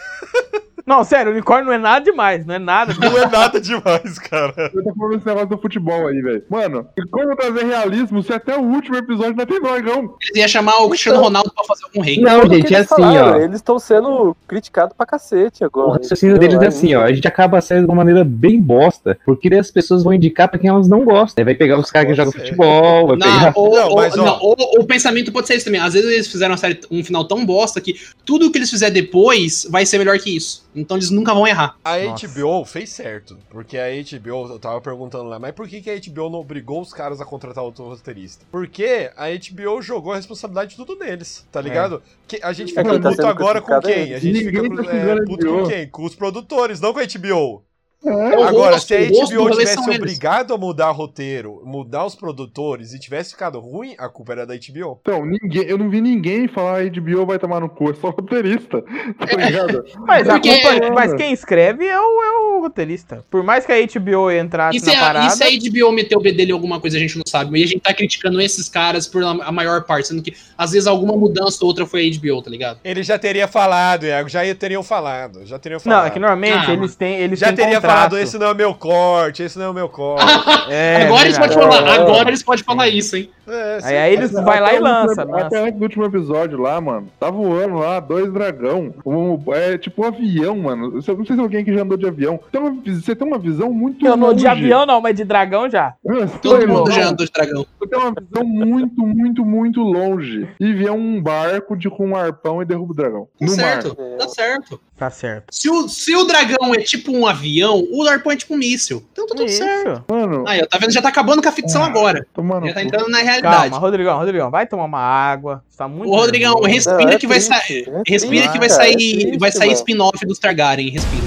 S1: Não, sério, unicórnio não é nada demais, não é nada.
S5: não é nada demais, cara.
S4: Eu tô falando esse negócio do futebol aí, velho. Mano, e como trazer realismo se até o último episódio não tem dragão?
S2: Eles iam chamar o Cristiano Ronaldo pra fazer algum rei.
S8: Não,
S7: Tudo que
S8: gente, é
S7: eles
S8: assim,
S7: falaram,
S8: ó.
S7: Eles estão sendo criticados pra cacete agora.
S8: O raciocínio
S7: entendeu?
S8: deles é assim, ó. A gente acaba saindo de uma maneira bem bosta, porque daí as pessoas vão indicar pra quem elas não gostam. Aí vai pegar os caras que
S5: Pode
S8: jogam
S5: ser.
S8: futebol, vai
S2: Não,
S8: pegar.
S2: ou,
S5: Não,
S2: ou-
S5: mas, ó.
S2: não, ou- ou o pensamento pode ser isso também. Às vezes eles fizeram uma série- um final tão bosta que tudo que eles fizerem depois vai ser melhor que isso. Então eles nunca vão errar.
S5: A
S1: Nossa.
S5: HBO fez certo, porque a HBO, eu tava perguntando lá, mas por que, que a HBO não obrigou os caras a contratar outro roteirista? Porque a HBO jogou a responsabilidade de tudo neles, tá ligado? Que a gente
S7: É,
S5: fica
S7: quem tá
S5: puto
S7: sendo
S5: agora com
S7: crucificado é
S5: quem?
S7: ele.
S5: A gente fica
S3: Ninguém tá
S5: cru- é,
S3: xingando a
S5: puto com
S3: HBO.
S5: quem? Com os produtores, não com a HBO.
S2: É o
S5: Agora,
S2: rosto-
S5: se a
S2: o rosto
S5: HBO
S2: da
S5: tivesse
S2: eleição deles.
S5: obrigado a mudar roteiro, mudar os produtores e tivesse ficado ruim, a culpa era da HBO.
S4: Então, ninguém, eu não vi ninguém falar "Ah, HBO vai tomar no cu, é só roteirista. Tá ligado?
S1: Mas, a
S2: Porque-
S1: culpa- é- mas quem escreve é o, é o roteirista. Por mais que a HBO entrasse
S2: E se,
S1: na
S2: é a,
S1: parada.
S2: e se a HBO meter o bedelho em alguma coisa, a gente não sabe. E a gente tá criticando esses caras por a a maior parte, sendo que às vezes alguma mudança ou outra foi a HBO, tá ligado?
S5: Ele já teria falado, Iago, já teriam falado, já teriam falado.
S1: Não, é que normalmente
S2: Ah,
S1: eles têm. Eles
S5: Já
S1: têm
S5: teria
S1: contrato.
S5: falado, esse não é meu corte, esse não é o meu corte.
S1: É,
S2: agora eles podem
S1: verdade.
S2: falar, agora eles podem falar isso, hein?
S5: É, sim.
S1: Aí, aí eles vai lá
S4: Até
S1: e
S4: o
S1: lança.
S4: último-
S1: lança.
S4: Até antes do último episódio lá, mano. Tá voando lá, dois dragão. Um, é tipo um avião, mano. Eu não sei se é alguém que já andou de avião. Tem uma- você tem uma visão muito
S1: Eu não de
S4: longe.
S1: avião não, mas de dragão já.
S4: Mano, você
S2: Todo
S4: tem uma
S2: mundo já
S4: visão-
S2: andou de dragão. Tá
S4: Você tem uma visão muito, muito, muito longe. E vê um barco de, com um arpão e derruba o dragão.
S2: Tá
S4: no
S2: certo,
S4: mar.
S7: É.
S2: tá certo.
S1: Tá certo.
S2: Se o, se o dragão é tipo um avião, o arpão é tipo um míssil. Então tá tudo certo.
S1: Isso. Ah,
S4: Mano,
S2: Aí, ó, tá vendo? Já tá acabando com a ficção agora.
S4: tomando.
S2: Já tá entrando na realidade.
S1: Calma, Rodrigão, Rodrigão, vai tomar uma água. Você tá muito.
S2: Ô, Rodrigão,
S1: nervoso.
S2: respira
S7: Não, é
S2: que vai
S7: triste,
S2: sair.
S7: é
S2: Respira
S7: triste,
S2: que vai
S7: cara, é
S2: sair,
S7: triste,
S2: vai sair
S7: mano.
S2: spin-off dos Targaryen, respira.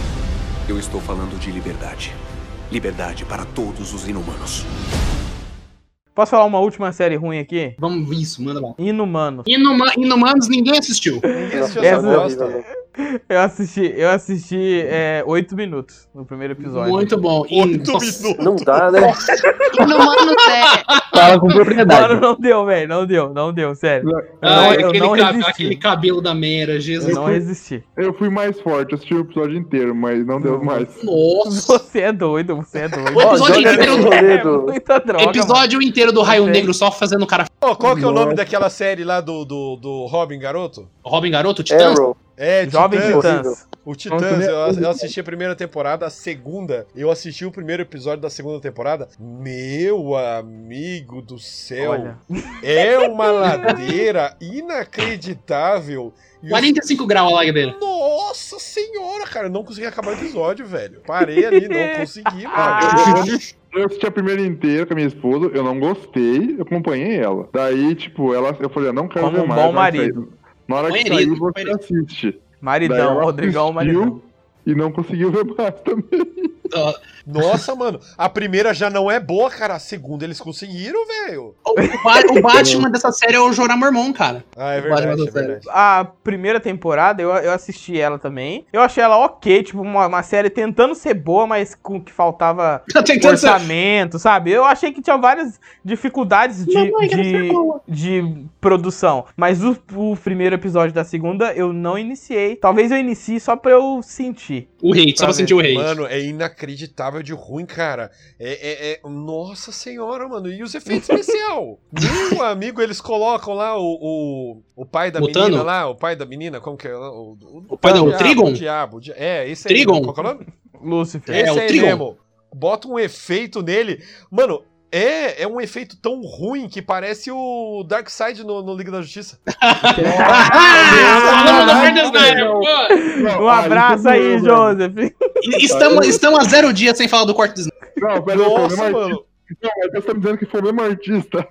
S9: Eu estou falando de liberdade. Liberdade para todos os inumanos.
S1: Posso falar uma última série ruim aqui?
S2: Vamos ver isso, manda lá.
S1: Inumano.
S2: Inuma- Inumanos ninguém assistiu.
S5: Esse eu
S7: É,
S1: Essa-
S5: só gosto.
S1: Eu assisti, eu assisti é, oito minutos no primeiro episódio.
S2: Muito bom. In-
S5: Oito
S2: Nossa,
S5: minutos.
S7: Não dá, né?
S6: Inumano é.
S8: Fala com propriedade.
S1: Mano, não deu, velho. Não deu, não deu, sério. Eu não- é
S2: Ai,
S1: eu
S2: Ah, aquele,
S1: não
S2: cab-
S1: resisti.
S2: aquele cabelo da Mera,
S1: Eu
S2: Jesus.
S1: não resisti.
S4: Eu fui mais forte, eu assisti o episódio inteiro, mas não deu mais.
S2: Nossa.
S1: Você é doido, você é doido.
S2: O episódio
S7: joga
S2: inteiro
S7: esse
S2: do
S7: rolê
S1: É
S7: do-
S1: muita droga. mano.
S2: episódio inteiro do Raio Negro só fazendo o cara
S5: Ô, qual que é o nome daquela série lá do, do, do Robin Garoto?
S2: Robin Garoto, Titãs.
S7: Arrow.
S5: É,
S1: Jovem
S5: Titãs.
S1: Titãs.
S5: O Titãs, eu, eu assisti a primeira temporada, a segunda. Eu assisti o primeiro episódio da segunda temporada. Meu amigo do céu.
S1: Olha.
S5: É uma ladeira inacreditável. E os
S2: 45 graus a live dele.
S5: Nossa senhora, cara, eu não consegui acabar o episódio, velho. Parei ali, não consegui, mano.
S1: Ah,
S4: Eu assisti a primeira inteira com a minha esposa, eu não gostei, eu acompanhei ela. Daí, tipo, ela, eu falei, eu não quero
S1: Como
S4: ver
S1: um
S4: mais.
S1: bom
S4: vai sair. Na hora que
S2: Companheirismo,
S4: sair, você
S2: companheirismo.
S4: assiste. Daí
S1: maridão,
S4: ela
S1: Rodrigão,
S4: assistiu
S1: maridão.
S4: E não conseguiu ver mais também.
S2: Ah,
S5: Nossa, mano, a primeira já não é boa, cara. A segunda eles conseguiram, velho.
S2: o, Ba- o Batman dessa série é o Jorah Mormon, cara.
S5: Ah, é
S2: O Batman
S5: verdade, é
S2: do Zero.
S5: verdade.
S1: A primeira temporada eu, eu assisti ela também. Eu achei ela ok, tipo, uma, uma série tentando ser boa, mas com o que faltava
S2: Tá tentando ser...
S1: orçamento, sabe? Eu achei que tinha várias dificuldades de, de, de produção. Mas o, o primeiro episódio da segunda eu não iniciei. Talvez eu inicie só pra eu sentir.
S2: O hate, só pra sentir o hate.
S5: Mano, é inacreditável de ruim, cara. É, é- é- Nossa senhora, mano. E os efeitos especial? Meu amigo, eles colocam lá o, o, o pai da
S2: Mutano?
S5: menina lá, o pai da menina, como que é? O,
S2: O pai da- o
S5: diabo,
S2: Trigon?
S5: O diabo, o dia- É, esse aí.
S2: Trigon?
S5: Qual que é o nome?
S1: Lúcifer.
S2: É,
S5: Esse
S2: o
S5: aí
S2: Trigon.
S5: mesmo. Bota um efeito nele. Mano, é, é um efeito tão ruim que parece o Darkseid no, no Liga da Justiça.
S2: Ah,
S1: Um abraço aí,
S4: José.
S1: Joseph.
S2: E- Estamos, estamos a zero dias sem falar do quarto Disney.
S4: Não, pera aí, foi é o mesmo
S5: Nossa,
S4: artista.
S5: mano.
S4: Não, mas você tá me dizendo que foi o mesmo artista.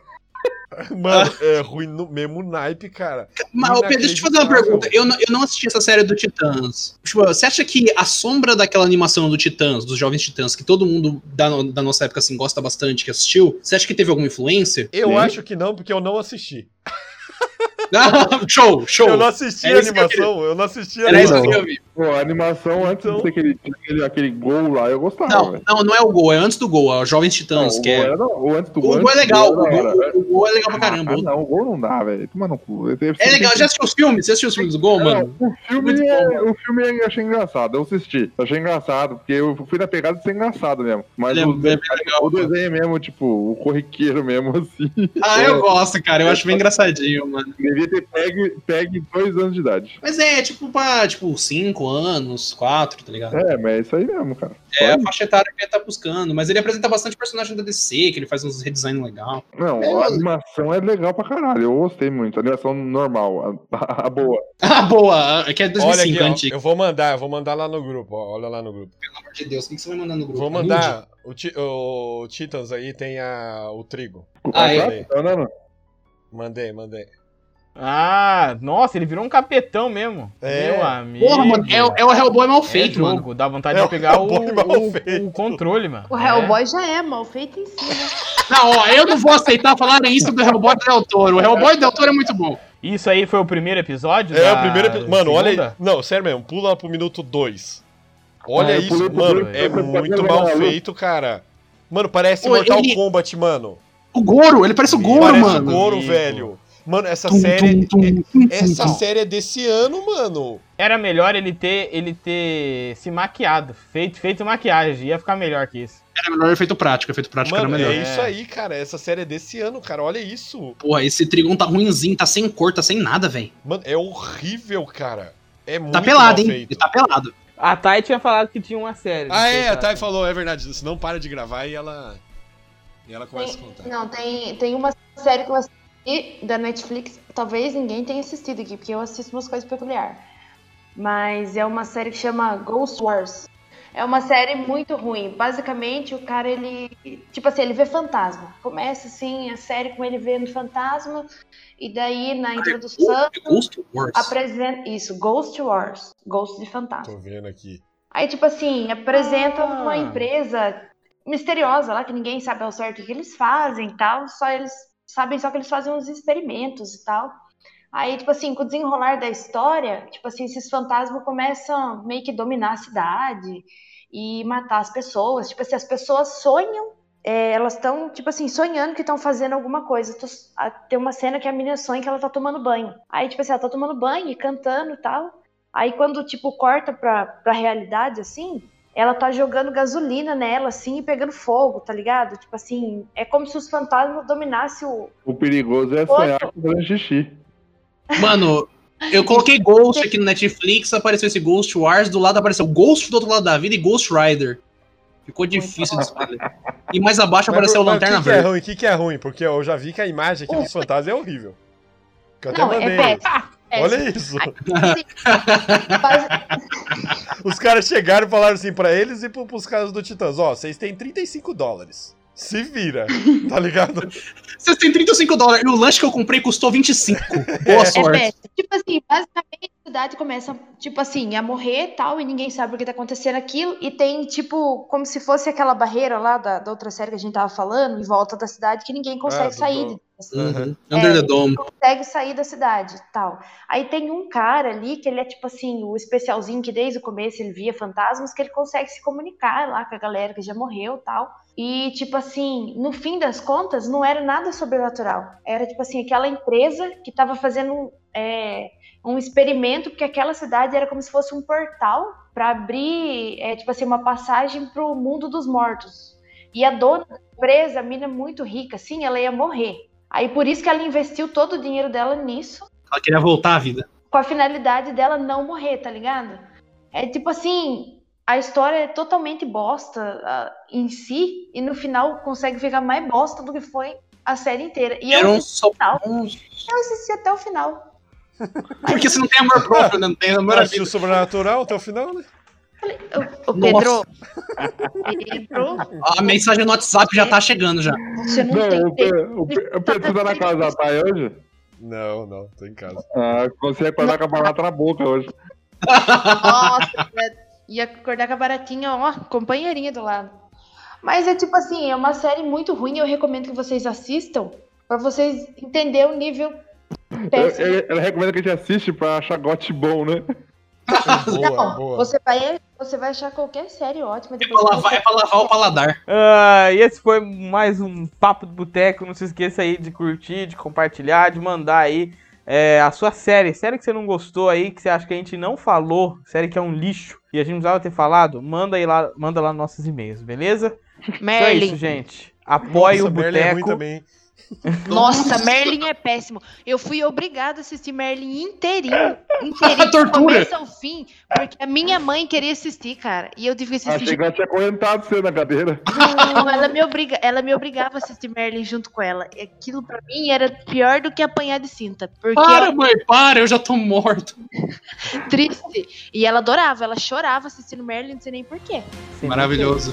S5: Mano, é ruim no mesmo naipe, cara.
S2: Mas, ô, Pedro, deixa eu te fazer uma
S5: Inacreditável.
S2: pergunta. Eu não, eu não assisti essa série do Titãs. Tipo, você acha que a sombra daquela animação do Titãs, dos Jovens Titãs, que todo mundo da, no- da nossa época assim, gosta bastante, que assistiu, você acha que teve alguma influência?
S5: Eu
S4: Sim.
S5: acho que não, porque eu não assisti.
S2: Ah, show, show.
S5: Eu não assisti
S2: É
S5: a
S2: isso que eu
S5: animação, eu não assisti a
S2: Era isso que eu
S5: animação.
S2: queria ouvir.
S4: Pô, a animação antes
S5: Então-
S4: de ser aquele, aquele, aquele gol lá, eu gostava.
S2: Não,
S4: velho.
S2: não, não é o gol, é antes do gol, é o Jovens
S4: Não,
S2: Titãs,
S4: o
S2: que
S4: gol
S2: é.
S4: era- não, o antes do
S2: O gol
S4: gol.
S2: é
S4: antes do
S2: legal, o
S4: gol era da hora.
S2: gol, o gol é legal pra
S4: Ah,
S2: caramba.
S4: não, o gol não dá, velho. Toma no cu.
S2: É legal, já assistiu os filmes? Você assistiu os filmes do gol, mano?
S4: O filme,
S2: Muito
S4: é, o filme eu achei engraçado, eu assisti. Eu achei engraçado, porque eu fui na pegada de ser engraçado mesmo. Mas
S2: Ele é
S4: o,
S2: bem- bem legal.
S4: o desenho mesmo, tipo, o É corriqueiro mesmo, assim.
S2: Ah, eu gosto, cara, eu acho bem engraçadinho, mano.
S4: Ele devia ter pego, pego em dois anos de idade.
S2: Mas é, tipo, pra, tipo, 5 anos, 4, tá ligado?
S4: É, mas é isso aí mesmo, cara.
S2: É a faixa etária que ele tá buscando. Mas ele apresenta bastante personagem da DC, que ele faz uns redesign legal.
S4: Não,
S2: É,
S4: a
S2: mas-
S4: animação é legal pra caralho. Eu gostei muito. A animação normal, a, a- a boa.
S2: Ah, boa! É que é
S5: Olha
S2: 2005,
S5: aqui, ó,
S2: antigo.
S5: eu vou mandar, eu vou mandar lá no grupo, ó, olha lá no grupo.
S2: Pelo amor de Deus, o que que você vai mandar no grupo? É
S5: Vou mandar, o, Ti- o Titans aí tem a, o trigo.
S2: Ah, é?
S5: Mandei,
S4: Não, não, não.
S5: mandei, mandei.
S1: Ah, nossa, ele virou um capetão mesmo.
S5: É.
S1: Meu amigo.
S2: Porra, mano, é, o- é o Hellboy mal
S1: É
S2: feito,
S1: jogo,
S2: mano.
S1: Dá vontade
S5: É o
S1: de pegar o,
S5: Hellboy mal
S1: o-
S5: feito.
S1: o controle, mano.
S6: O
S1: É.
S6: Hellboy já é mal feito em si, né?
S2: Não, ó, eu não vou aceitar falarem isso do Hellboy Del Toro. O Hellboy Del Toro é muito bom.
S1: Isso aí foi o primeiro
S2: Ah,
S1: episódio?
S5: É
S1: da
S5: o primeiro episódio. Mano, olha aí.
S1: segunda?
S5: Não, sério mesmo, pula pro minuto 2. Olha
S4: Ah, eu
S5: isso,
S4: pulei pro
S5: mano,
S1: dois.
S5: é
S4: Eu tô
S5: muito
S4: pegando
S5: mal
S4: na luta.
S5: feito, cara. Mano, parece
S2: Pô,
S5: Mortal
S2: ele-
S5: Kombat, mano.
S2: O Goro, ele parece o Goro,
S5: parece
S2: mano.
S5: o Goro,
S1: Amigo.
S5: velho. Mano, essa
S2: Tum,
S5: série. é
S2: tum, tum, tum, tum,
S5: Essa
S2: tum.
S5: série é desse ano, mano.
S1: Era melhor ele ter, ele ter se maquiado, feito, feito maquiagem. Ia ficar melhor que isso.
S2: Era é melhor efeito prático, efeito prático
S5: Mano,
S2: era melhor.
S5: é isso aí, cara. Essa série é desse ano, cara. Olha isso.
S2: Porra, esse Trigon tá ruinzinho, tá sem cor, tá sem nada, velho.
S5: Mano, é horrível, cara. É muito
S2: Tá pelado,
S5: mal
S2: hein?
S5: feito.
S2: Ele tá pelado.
S1: A Thay tinha falado que tinha uma série.
S5: Ah, é, a Thay
S1: Thay
S5: falou, é verdade. Se não para de gravar e ela. E ela começa a
S2: Tá.
S5: contar.
S6: Tem, não, tem, tem uma série que eu assisti da Netflix, talvez ninguém tenha assistido aqui, porque eu assisto umas coisas peculiares. Mas é uma série que chama Ghost Wars. É uma série muito ruim. Basicamente, o cara, ele. Tipo assim, ele vê fantasma. Começa assim a série com ele vendo fantasma. E daí, na introdução,
S2: É Ghost Wars.
S6: apresenta. Isso, Ghost Wars. Ghost de fantasma.
S5: Tô vendo aqui.
S6: Aí, tipo assim, apresenta
S1: Ah.
S6: uma empresa misteriosa lá, que ninguém sabe ao certo o que eles fazem e tal, só eles sabem só que eles fazem uns experimentos e tal. Aí, tipo assim, com o desenrolar da história, tipo assim, esses fantasmas começam meio que dominar a cidade e matar as pessoas. Tipo assim, as pessoas sonham, é, elas estão, tipo assim, sonhando que estão fazendo alguma coisa. Tu- a- Tem uma cena que a menina sonha que ela tá tomando banho. Aí, tipo assim, ela tá tomando banho e cantando e tal. Aí quando, tipo, corta pra, pra realidade, assim, ela tá jogando gasolina nela, assim, e pegando fogo, tá ligado? Tipo assim, é como se os fantasmas dominassem o.
S4: O perigoso é
S6: Outro.
S4: sonhar com fazendo xixi.
S2: Mano, eu coloquei Ghost aqui no Netflix, apareceu esse Ghost Wars, do lado apareceu Ghost do outro lado da vida e Ghost Rider. Ficou difícil de escolher. E mais abaixo apareceu
S5: mas,
S2: Lanterna
S5: mas, que que é
S2: Verde.
S5: ruim? O que, que é ruim? Porque eu já vi que a imagem aqui dos fantasmas é horrível. Que eu até
S6: Não, é
S5: mandei.
S6: péssimo. é
S2: é
S6: péssimo.
S5: Olha isso.
S6: Basi-
S5: Os caras chegaram e falaram assim pra eles e pro- pros caras do Titãs: Ó, vocês têm 35 dólares. Se vira, tá ligado?
S2: Vocês têm 35 dólares e o lanche que eu comprei custou 25. Boa
S6: É
S2: sorte.
S6: péssimo. Tipo assim, basicamente a cidade começa, tipo assim, a morrer e tal, e ninguém sabe o que tá acontecendo aquilo. E tem, tipo, como se fosse aquela barreira lá da, da outra série que a gente tava falando, em volta da cidade, que ninguém consegue
S5: Ah, do É.
S6: sair.
S5: dom.
S6: Assim.
S2: Uhum. Under the Dome.
S6: consegue sair da cidade e tal. Aí tem um cara ali que ele é tipo assim, o especialzinho que desde o começo ele via fantasmas, que ele consegue se comunicar lá com a galera que já morreu e tal. E tipo assim, no fim das contas, não era nada sobrenatural. Era tipo assim, aquela empresa que tava fazendo é, um experimento, porque aquela cidade era como se fosse um portal para abrir, é, tipo assim, uma passagem pro mundo dos mortos. E a dona da empresa, a mina muito rica, assim, ela ia morrer. Aí por isso que ela investiu todo o dinheiro dela nisso,
S2: Ela queria voltar à vida.
S6: com a finalidade dela não morrer, tá ligado? É tipo assim, a história é totalmente bosta ah, em si, e no final consegue ficar mais bosta do que foi a série inteira. E
S2: Era
S6: eu,
S2: um
S6: assisti,
S2: só.
S6: Não. eu assisti até o final.
S2: Porque você não tem amor próprio, né? Não tem amor à
S5: Maravilha.
S2: vida.
S5: o sobrenatural até o final, né?
S6: Ô, ô, Pedro, Pedro,
S2: A mensagem no WhatsApp já tá chegando já.
S6: você não,
S4: Não,
S6: tem
S4: o,
S6: peito.
S4: Pe- o, Pe- o Pedro, você tá na casa da pai hoje?
S5: Não, não, tô em casa.
S4: Ah, você ia acordar com a barata na boca hoje.
S6: Nossa, ia- ia acordar com a baratinha, ó, companheirinha do lado. Mas é tipo assim, é uma série muito ruim, eu recomendo que vocês assistam pra vocês entenderem o nível péssimo.
S4: Ela- Ela recomenda que a gente assiste pra achar gote bom, né?
S5: Boa,
S6: Não,
S5: boa.
S6: Você, vai, você vai achar qualquer série ótima
S2: É pra
S6: depois. que
S2: lavar, é pra lavar o paladar.
S1: Ah, e esse foi mais um Papo do Boteco. Não se esqueça aí de curtir, de compartilhar, de mandar aí é, a sua série. Série que você não gostou aí, que você acha que a gente não falou, série que é um lixo e a gente não precisava ter falado, manda aí lá, manda lá nos nossos e-mails, beleza?
S6: você-
S1: Então é
S6: Merlin.
S1: isso, gente. Apoie
S5: Nossa,
S1: o
S5: Merlin é ruim
S1: um Boteco.
S5: também.
S6: Nossa, Merlin é péssimo. Eu fui obrigada a assistir Merlin inteirinho.
S2: A
S6: Inteirinho, do
S2: tortura.
S6: começo ao fim. Porque a minha mãe queria assistir, cara. E eu devia
S4: Achei
S6: assistir.
S4: que ela tinha correntado você na cadeira.
S6: Não, ela me, obriga, ela me obrigava a assistir Merlin junto com ela. E Aquilo pra mim era pior do que apanhar de cinta. Porque
S2: Para, mãe, para, eu já tô morto.
S6: era triste. E ela adorava, ela chorava assistindo Merlin, não sei nem porquê.
S1: Sim.
S2: Maravilhoso.